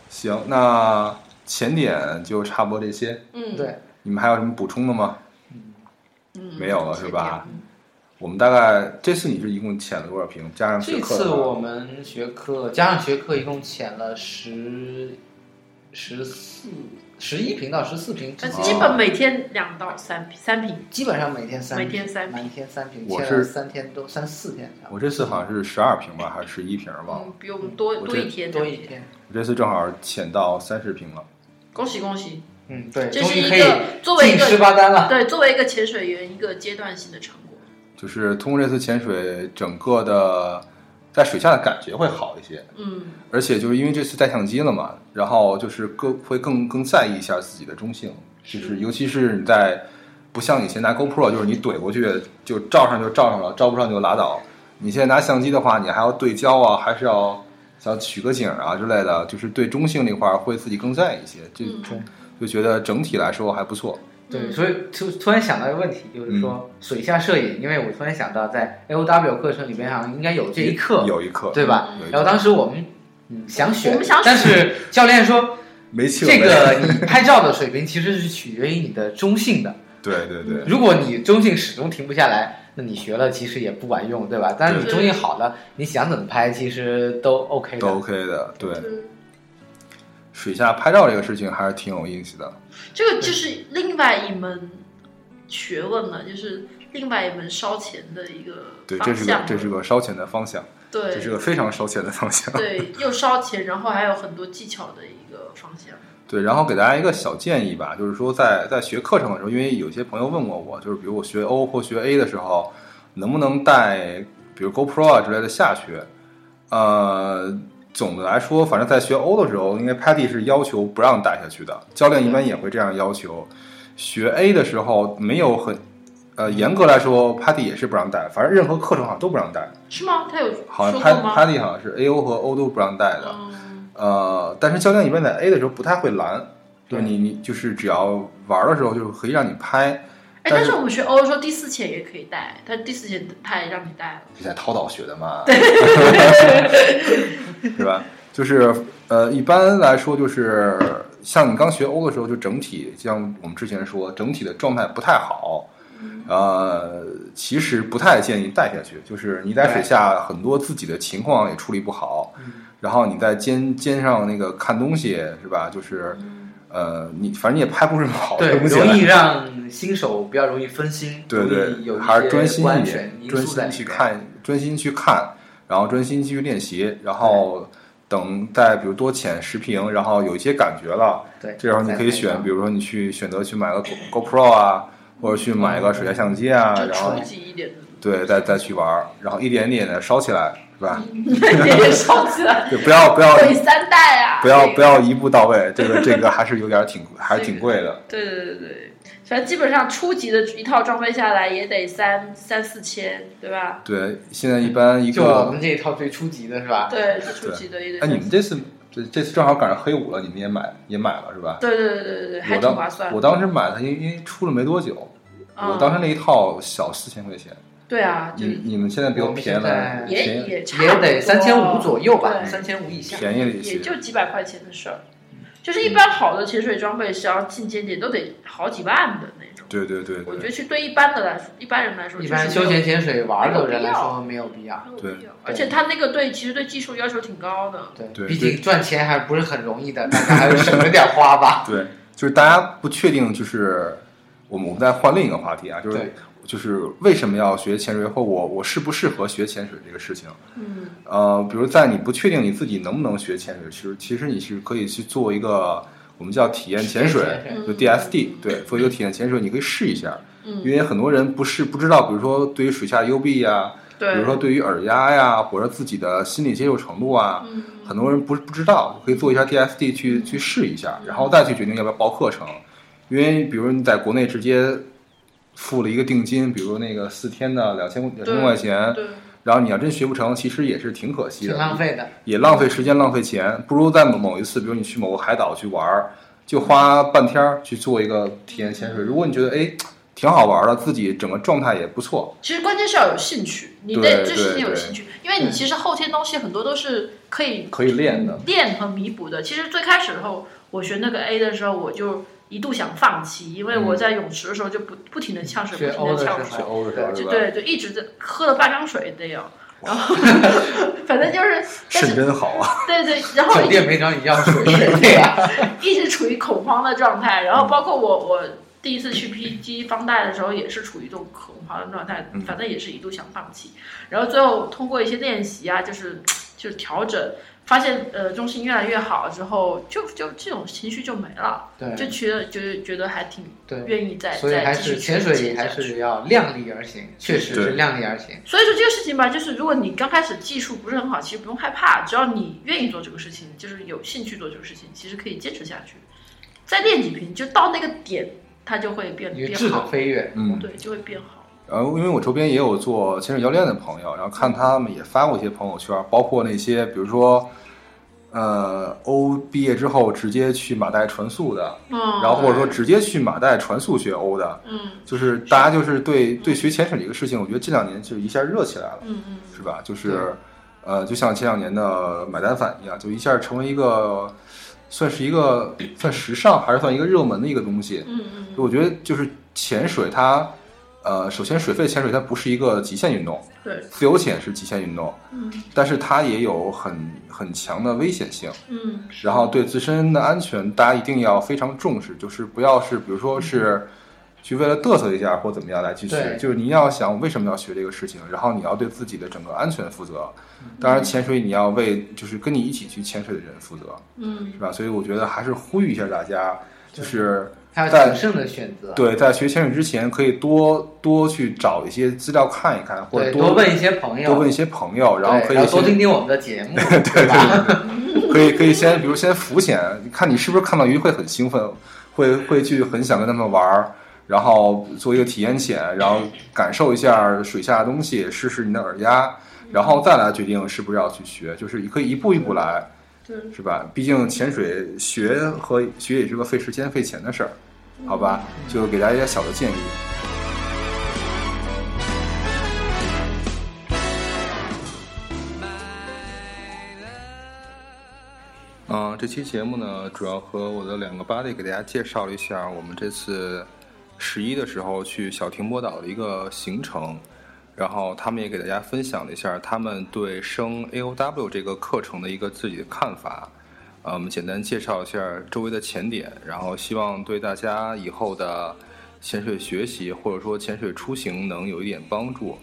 [SPEAKER 1] 行，那前点就差不多这些，
[SPEAKER 3] 嗯，
[SPEAKER 2] 对，
[SPEAKER 3] 嗯
[SPEAKER 1] 嗯你们还有什么补充的吗？没有了是吧？我们大概这次你是一共潜了多少瓶？加上学
[SPEAKER 2] 这
[SPEAKER 1] 课
[SPEAKER 2] 次
[SPEAKER 1] 的话，
[SPEAKER 2] 我们学课加上学课一共潜了十十四十一瓶到十四瓶之
[SPEAKER 3] 但
[SPEAKER 2] 间，
[SPEAKER 3] 基本每天两到三瓶，三瓶。
[SPEAKER 2] 基本上每天三瓶，
[SPEAKER 3] 每天三瓶
[SPEAKER 2] 每天三瓶，
[SPEAKER 1] 我
[SPEAKER 2] 潜
[SPEAKER 1] 是
[SPEAKER 2] 了三天多三四天差不
[SPEAKER 1] 我这次好像是十二瓶吧，还是十一瓶忘了。
[SPEAKER 3] 嗯，比我们多
[SPEAKER 1] 哦我
[SPEAKER 3] 多
[SPEAKER 1] 这
[SPEAKER 3] 一天，
[SPEAKER 2] 多，多一。天。
[SPEAKER 1] 我这次正好潜到三十瓶了。
[SPEAKER 3] 恭喜恭喜！
[SPEAKER 2] 嗯，对，
[SPEAKER 3] 这
[SPEAKER 2] 终
[SPEAKER 3] 是
[SPEAKER 2] 于
[SPEAKER 3] 一
[SPEAKER 2] 可以
[SPEAKER 3] 个作为一
[SPEAKER 2] 进十
[SPEAKER 3] 个
[SPEAKER 2] 八单了。
[SPEAKER 3] 对作为一个潜水员一个阶段性的成果。
[SPEAKER 1] 就是通过这次潜水，整个的在水下的感觉会好一些，
[SPEAKER 3] 嗯，
[SPEAKER 1] 而且就是因为这次带相机了嘛，然后就是更会更更在意一下自己的中性，就是
[SPEAKER 3] 是
[SPEAKER 1] 尤其是你在不像以前拿 GoPro，就是你怼过去就照上就照上了，照不上就拉倒。你现在拿相机的话，你还要对焦啊，还是要想取个景啊之类的，就是对中性这块儿会自己更在意一些，就、
[SPEAKER 3] 嗯
[SPEAKER 1] 就觉得整体来说还不错。
[SPEAKER 2] 对，
[SPEAKER 3] 嗯
[SPEAKER 2] 所以突突然想到一个问题，就是
[SPEAKER 1] 嗯
[SPEAKER 2] 说水下摄影，因为我突然想到在 L W 课程里面好像应该有这一课，
[SPEAKER 1] 有一课，
[SPEAKER 2] 对吧
[SPEAKER 1] 有一课？
[SPEAKER 2] 然后当时我们嗯想
[SPEAKER 3] 我
[SPEAKER 2] 选
[SPEAKER 3] 们想，
[SPEAKER 2] 但是 教练说
[SPEAKER 1] 没气
[SPEAKER 2] 这个你拍照的水平其实是取决于你的中性的，
[SPEAKER 1] 对对对，
[SPEAKER 2] 如果你中性始终停不下来，那你学了其实也不管用，对吧？但是你
[SPEAKER 3] 对
[SPEAKER 2] 中性好了，你想怎么拍其实都 OK
[SPEAKER 1] 都
[SPEAKER 2] 的。
[SPEAKER 1] OK 的，对。
[SPEAKER 3] 嗯
[SPEAKER 1] 水下拍照这个事情还是挺有意思的。
[SPEAKER 3] 这个就是另外一门学问了，就是另外一门烧钱的一个
[SPEAKER 1] 对，这
[SPEAKER 3] 方
[SPEAKER 1] 是个
[SPEAKER 3] 向。
[SPEAKER 1] 这是个烧钱的方向，这是
[SPEAKER 3] 对
[SPEAKER 1] 个非常烧钱的方向。
[SPEAKER 3] 对，又烧钱，然后还有很多技巧的一个方向。
[SPEAKER 1] 对，然后给大家一个小建议吧，就是说在在学课程的时候，因为有些朋友问过我，就是比如我学 O 或学 A 的时候，能不能带比如 GoPro 啊之类的下去？呃，总的来说，反正在学 O 的时候，因为 Patty 是要求不让带下去的，教练一般也会这样要求。学 A 的时候没有很，呃，严格来说，Patty 也是不让带，反正任何课程好像都不让带。
[SPEAKER 3] 是吗？他有说
[SPEAKER 1] 好像
[SPEAKER 3] 过
[SPEAKER 1] Pad
[SPEAKER 3] 吗？
[SPEAKER 1] Paddy 好像是 A O 和 O 都不让带的，
[SPEAKER 3] 嗯，
[SPEAKER 1] 呃，但是教练一般在 A 的时候不太会拦，就
[SPEAKER 2] 对
[SPEAKER 1] 是你你就是只要玩的时候就是可以让你拍，
[SPEAKER 3] 哎，
[SPEAKER 1] 但
[SPEAKER 3] 但
[SPEAKER 1] 是嗯
[SPEAKER 3] 是我们学欧说第四潜也可以带，但第四潜他也让你带了。
[SPEAKER 1] 你在涛岛学的嘛， 是吧？就是呃，一般来说就是像你刚学 O 的时候，就整体像我们之前说，整体的状态不太好，
[SPEAKER 2] 嗯
[SPEAKER 1] 呃，其实不太建议带下去，就是你在水下很多自己的情况也处理不好，
[SPEAKER 2] 嗯
[SPEAKER 1] 然后你在肩肩上那个看东西是吧？就是呃，你反正你也拍不出什么好
[SPEAKER 2] 嗯对，
[SPEAKER 1] 东西来，
[SPEAKER 2] 容易让新手比较容易分心，
[SPEAKER 1] 对
[SPEAKER 2] 容易有
[SPEAKER 1] 对，
[SPEAKER 2] 一
[SPEAKER 1] 还是专
[SPEAKER 2] 些
[SPEAKER 1] 心一
[SPEAKER 2] 安
[SPEAKER 1] 点
[SPEAKER 2] 全，因
[SPEAKER 1] 专
[SPEAKER 2] 素在
[SPEAKER 1] 心去
[SPEAKER 2] 里面。
[SPEAKER 1] 看，专心去看，然后专心去练习，然后等再比如多潜十瓶，然后有一些感觉了，
[SPEAKER 2] 对，
[SPEAKER 1] 这时候你可以选，比如说你去选择去买个 Go GoPro 啊，或者去买个水下相机啊，
[SPEAKER 2] 嗯
[SPEAKER 3] 就
[SPEAKER 1] 然后
[SPEAKER 3] 初级一 点的，
[SPEAKER 1] 对，再再去玩儿，然后一点点的烧起来，是吧？
[SPEAKER 2] 嗯
[SPEAKER 3] 也烧起来，
[SPEAKER 1] 对，不要不要
[SPEAKER 3] 毁三代啊！
[SPEAKER 1] 哦不要
[SPEAKER 3] 这个
[SPEAKER 1] 不要一步到位，这个这个还是有点儿挺还是挺贵的。
[SPEAKER 3] 对对对对，反正基本上初级的一套装备下来也得三三四千，对吧？
[SPEAKER 1] 对，现在一般一
[SPEAKER 2] 就我
[SPEAKER 1] 个
[SPEAKER 2] 们这一套最初级的是吧？
[SPEAKER 3] 对，最初级的也得
[SPEAKER 1] 哎，
[SPEAKER 3] 三。
[SPEAKER 1] 你们这次这这次正好赶上黑五了，你们也买也买了是吧？
[SPEAKER 3] 对对对对对，还
[SPEAKER 1] 我
[SPEAKER 3] 挺
[SPEAKER 1] 当
[SPEAKER 3] 划算的。
[SPEAKER 1] 我当时买它，因为因为出了没多久，
[SPEAKER 3] 嗯
[SPEAKER 1] 我当时那嗯一套小四千块钱，
[SPEAKER 3] 对啊，就
[SPEAKER 1] 你你们现在比
[SPEAKER 2] 我们
[SPEAKER 1] 便宜
[SPEAKER 2] 现
[SPEAKER 1] 了，
[SPEAKER 2] 在
[SPEAKER 3] 也
[SPEAKER 1] 便宜
[SPEAKER 3] 也差
[SPEAKER 2] 也
[SPEAKER 3] 不
[SPEAKER 2] 得
[SPEAKER 3] 多
[SPEAKER 2] 三千五左右吧，
[SPEAKER 3] 对
[SPEAKER 2] 三千五以下。
[SPEAKER 1] 便宜了一
[SPEAKER 3] 也
[SPEAKER 1] 些，嗯
[SPEAKER 3] 就几百块钱的事儿。就是一般好的潜水装备是要进阶点都得好几万的那种。
[SPEAKER 1] 对对对
[SPEAKER 3] 我觉
[SPEAKER 1] 对，
[SPEAKER 3] 得去对一般的来说，一般人来说，
[SPEAKER 2] 一般休闲潜水玩
[SPEAKER 3] 没有
[SPEAKER 2] 的人
[SPEAKER 3] 必
[SPEAKER 2] 来
[SPEAKER 3] 要嗯
[SPEAKER 2] 说没有必要，
[SPEAKER 3] 没有
[SPEAKER 1] 对
[SPEAKER 3] 必要，而且他那个对其实对技术要求挺高的。
[SPEAKER 2] 对，
[SPEAKER 1] 对
[SPEAKER 2] 毕
[SPEAKER 1] 对
[SPEAKER 2] 竟赚钱还不是很容易的，大家还是省着点花吧。
[SPEAKER 1] 对，就是大家不确定，就是我们我们再换另一个话题啊，就是
[SPEAKER 2] 对
[SPEAKER 1] 就是为什么要学潜水，或我我适不适合学潜水这个事情。
[SPEAKER 3] 嗯，
[SPEAKER 1] 呃，比如在你不确定你自己能不能学潜水，其实其实你是可以去做一个我们叫体验潜水，
[SPEAKER 3] 嗯
[SPEAKER 1] 就 DSD，对，做一个体验潜水，你可以试一下，
[SPEAKER 3] 嗯
[SPEAKER 1] 因为很多人不是不知道，比如说对于水下幽闭啊呀、
[SPEAKER 3] 对。
[SPEAKER 1] 比如说对于耳压呀，或者自己的心理接受程度啊，
[SPEAKER 3] 嗯，
[SPEAKER 1] 很多人不不知道，可以做一下 DSD 去去试一
[SPEAKER 3] 嗯
[SPEAKER 1] 下，然后再去决定要不要报课程。因为比如你在国内直接付了一个定金，比如那个四天的两千两千
[SPEAKER 3] 对
[SPEAKER 1] 块钱，
[SPEAKER 3] 对，
[SPEAKER 1] 然后你要真学不成，其实也是挺可惜
[SPEAKER 2] 挺
[SPEAKER 1] 的，
[SPEAKER 2] 浪费的。
[SPEAKER 1] 也浪费时间浪费钱，不如在某某一次，比如你去某个海岛去玩儿，就花半天儿去做一个体验潜水。如果你觉得哎挺好玩儿的，自己整个状态也不错，
[SPEAKER 3] 其实关键是要有兴趣，你
[SPEAKER 1] 对
[SPEAKER 3] 对这事情有
[SPEAKER 1] 对
[SPEAKER 3] 兴趣，因为你其实后天东西很多都是可以
[SPEAKER 1] 可以练的。
[SPEAKER 3] 练和弥补的。其实最开始的时候，我学那个 A 的时候，我就一度想放弃，因为
[SPEAKER 1] 嗯
[SPEAKER 3] 我在泳池的时候就不不停的呛水，
[SPEAKER 2] 学
[SPEAKER 3] 不
[SPEAKER 2] 欧的时
[SPEAKER 3] 停的呛
[SPEAKER 2] 候
[SPEAKER 3] 水
[SPEAKER 1] 去，欧的时候
[SPEAKER 3] 就是
[SPEAKER 1] 吧？
[SPEAKER 3] 对，就一直在喝了半缸水得有， 然后反正就是， 但
[SPEAKER 1] 肾
[SPEAKER 3] 是
[SPEAKER 1] 真好啊！
[SPEAKER 3] 对对，然后
[SPEAKER 2] 酒
[SPEAKER 3] 一
[SPEAKER 2] 店没找你要水，啊对呀、
[SPEAKER 3] 一直处于恐慌的状态，然
[SPEAKER 2] 嗯
[SPEAKER 3] 后包括我我第一次去 PG 方贷的时候也是处于一种恐慌的状态
[SPEAKER 1] 嗯，
[SPEAKER 3] 反正也是一度想放弃，然后最后通过一些练习啊，就是就是调整，发现呃中心越来越好之后，就就这种情绪就没了，就
[SPEAKER 2] 对
[SPEAKER 3] 觉得就是觉得还挺
[SPEAKER 2] 对，
[SPEAKER 3] 愿意再
[SPEAKER 2] 所以还
[SPEAKER 3] 再继
[SPEAKER 2] 是
[SPEAKER 3] 续
[SPEAKER 2] 潜
[SPEAKER 3] 去
[SPEAKER 2] 水
[SPEAKER 3] 下
[SPEAKER 2] 还
[SPEAKER 3] 去
[SPEAKER 2] 是要量力而行，确实是
[SPEAKER 1] 对
[SPEAKER 2] 量力而行。
[SPEAKER 3] 所以说这个事情吧，就是如果你刚开始技术不是很好，其实不用害怕，只要你愿意做这个事情，就是有兴趣做这个事情，其实可以坚持下去。再练几瓶，就到那个点，它就会变
[SPEAKER 2] 一个
[SPEAKER 3] 变
[SPEAKER 2] 质的
[SPEAKER 3] 好，
[SPEAKER 2] 飞跃，
[SPEAKER 1] 嗯，
[SPEAKER 3] 对，就会变好。
[SPEAKER 1] 然后因为我周边也有做潜水教练的朋友，然后看他们也发过一些朋友圈，包括那些比如说，呃，欧毕业之后直接去马代传速的，
[SPEAKER 3] 嗯，
[SPEAKER 1] 然后或者说直接去马代传速学欧的，
[SPEAKER 3] 嗯
[SPEAKER 1] 就是大家就是对对学潜水这个事情，我觉得近两年就一下热起来了，
[SPEAKER 3] 嗯嗯
[SPEAKER 1] 是吧？就是呃，就像前两年的买单反一样，就一下成为一个算是一个算时尚还是算一个热门的一个东西。
[SPEAKER 3] 嗯嗯，
[SPEAKER 1] 我觉得就是潜水它，呃，首先水肺潜水它不是一个极限运动，
[SPEAKER 3] 对，
[SPEAKER 1] 自由潜是极限运动，
[SPEAKER 3] 嗯
[SPEAKER 1] 但是它也有很很强的危险性。
[SPEAKER 3] 嗯，
[SPEAKER 1] 然后对自身的安全，大家一定要非常重视，就是不要是比如说是去为了嘚瑟一下或怎么样来去学
[SPEAKER 2] 对，
[SPEAKER 1] 就是你一定要想为什么要学这个事情，然后你要对自己的整个安全负责。当然，潜水你要为就是跟你一起去潜水的人负责，
[SPEAKER 3] 嗯
[SPEAKER 1] 是吧？所以我觉得还是呼吁一下大家，就是
[SPEAKER 2] 还有
[SPEAKER 1] 但
[SPEAKER 2] 谨慎的选择，
[SPEAKER 1] 对在学潜水之前，可以多多去找一些资料看一看，或者
[SPEAKER 2] 对，
[SPEAKER 1] 多
[SPEAKER 2] 多问一些朋友，
[SPEAKER 1] 多问一些朋友，然后
[SPEAKER 2] 对
[SPEAKER 1] 可以
[SPEAKER 2] 多
[SPEAKER 1] 先
[SPEAKER 2] 听听我们的节目，对吧？
[SPEAKER 1] 可以可以先，比如先浮潜，你看你是不是看到鱼会很兴奋，会会去很想跟他们玩儿，然后做一个体验潜，然后感受一下水下的东西，试试你的耳压，然后再来决定是不是要去学，就是你可以一步一步来，
[SPEAKER 3] 对，
[SPEAKER 1] 是吧？毕竟潜水学和学也是个费时间费钱的事儿，好吧？就给大家一些小的建议。嗯，这期节目呢，主要和我的两个 buddy 给大家介绍了一下我们这次十一的时候去小停泊岛的一个行程，然后他们也给大家分享了一下他们对升 AOW 这个课程的一个自己的看法。呃，我们简单介绍一下周围的潜点，然后希望对大家以后的潜水学习或者说潜水出行能有一点帮助。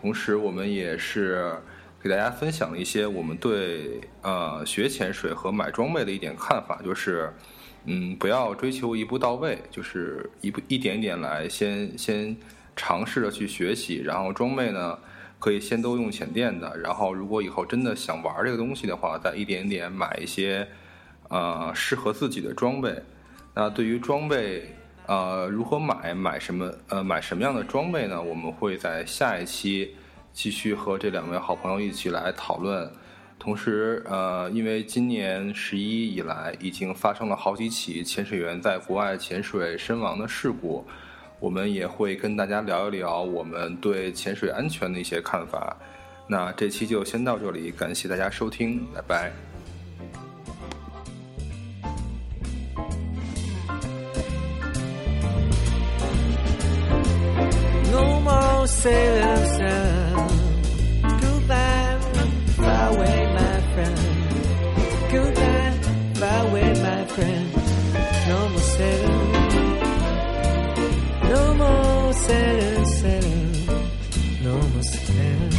[SPEAKER 1] 同时，我们也是给大家分享了一些我们对呃学潜水和买装备的一点看法，就是嗯，不要追求一步到位，就是一步一点一点来先先尝试着去学习，然后装备呢可以先都用潜店的，然后如果以后真的想玩这个东西的话，再一点一点买一些呃适合自己的装备。那对于装备，呃，如何买，买什么，呃，买什么样的装备呢？我们会在下一期继续和这两位好朋友一起来讨论。同时，呃，因为今年十一以来已经发生了好几起潜水员在国外潜水身亡的事故，我们也会跟大家聊一聊我们对潜水安全的一些看法。那这期就先到这里，感谢大家收听，拜拜。
[SPEAKER 4] No more sailors, son. Goodbye, far away, my friend. Goodbye, far away, my friend. No more sailors. No more sailors, sailors. No more sailors.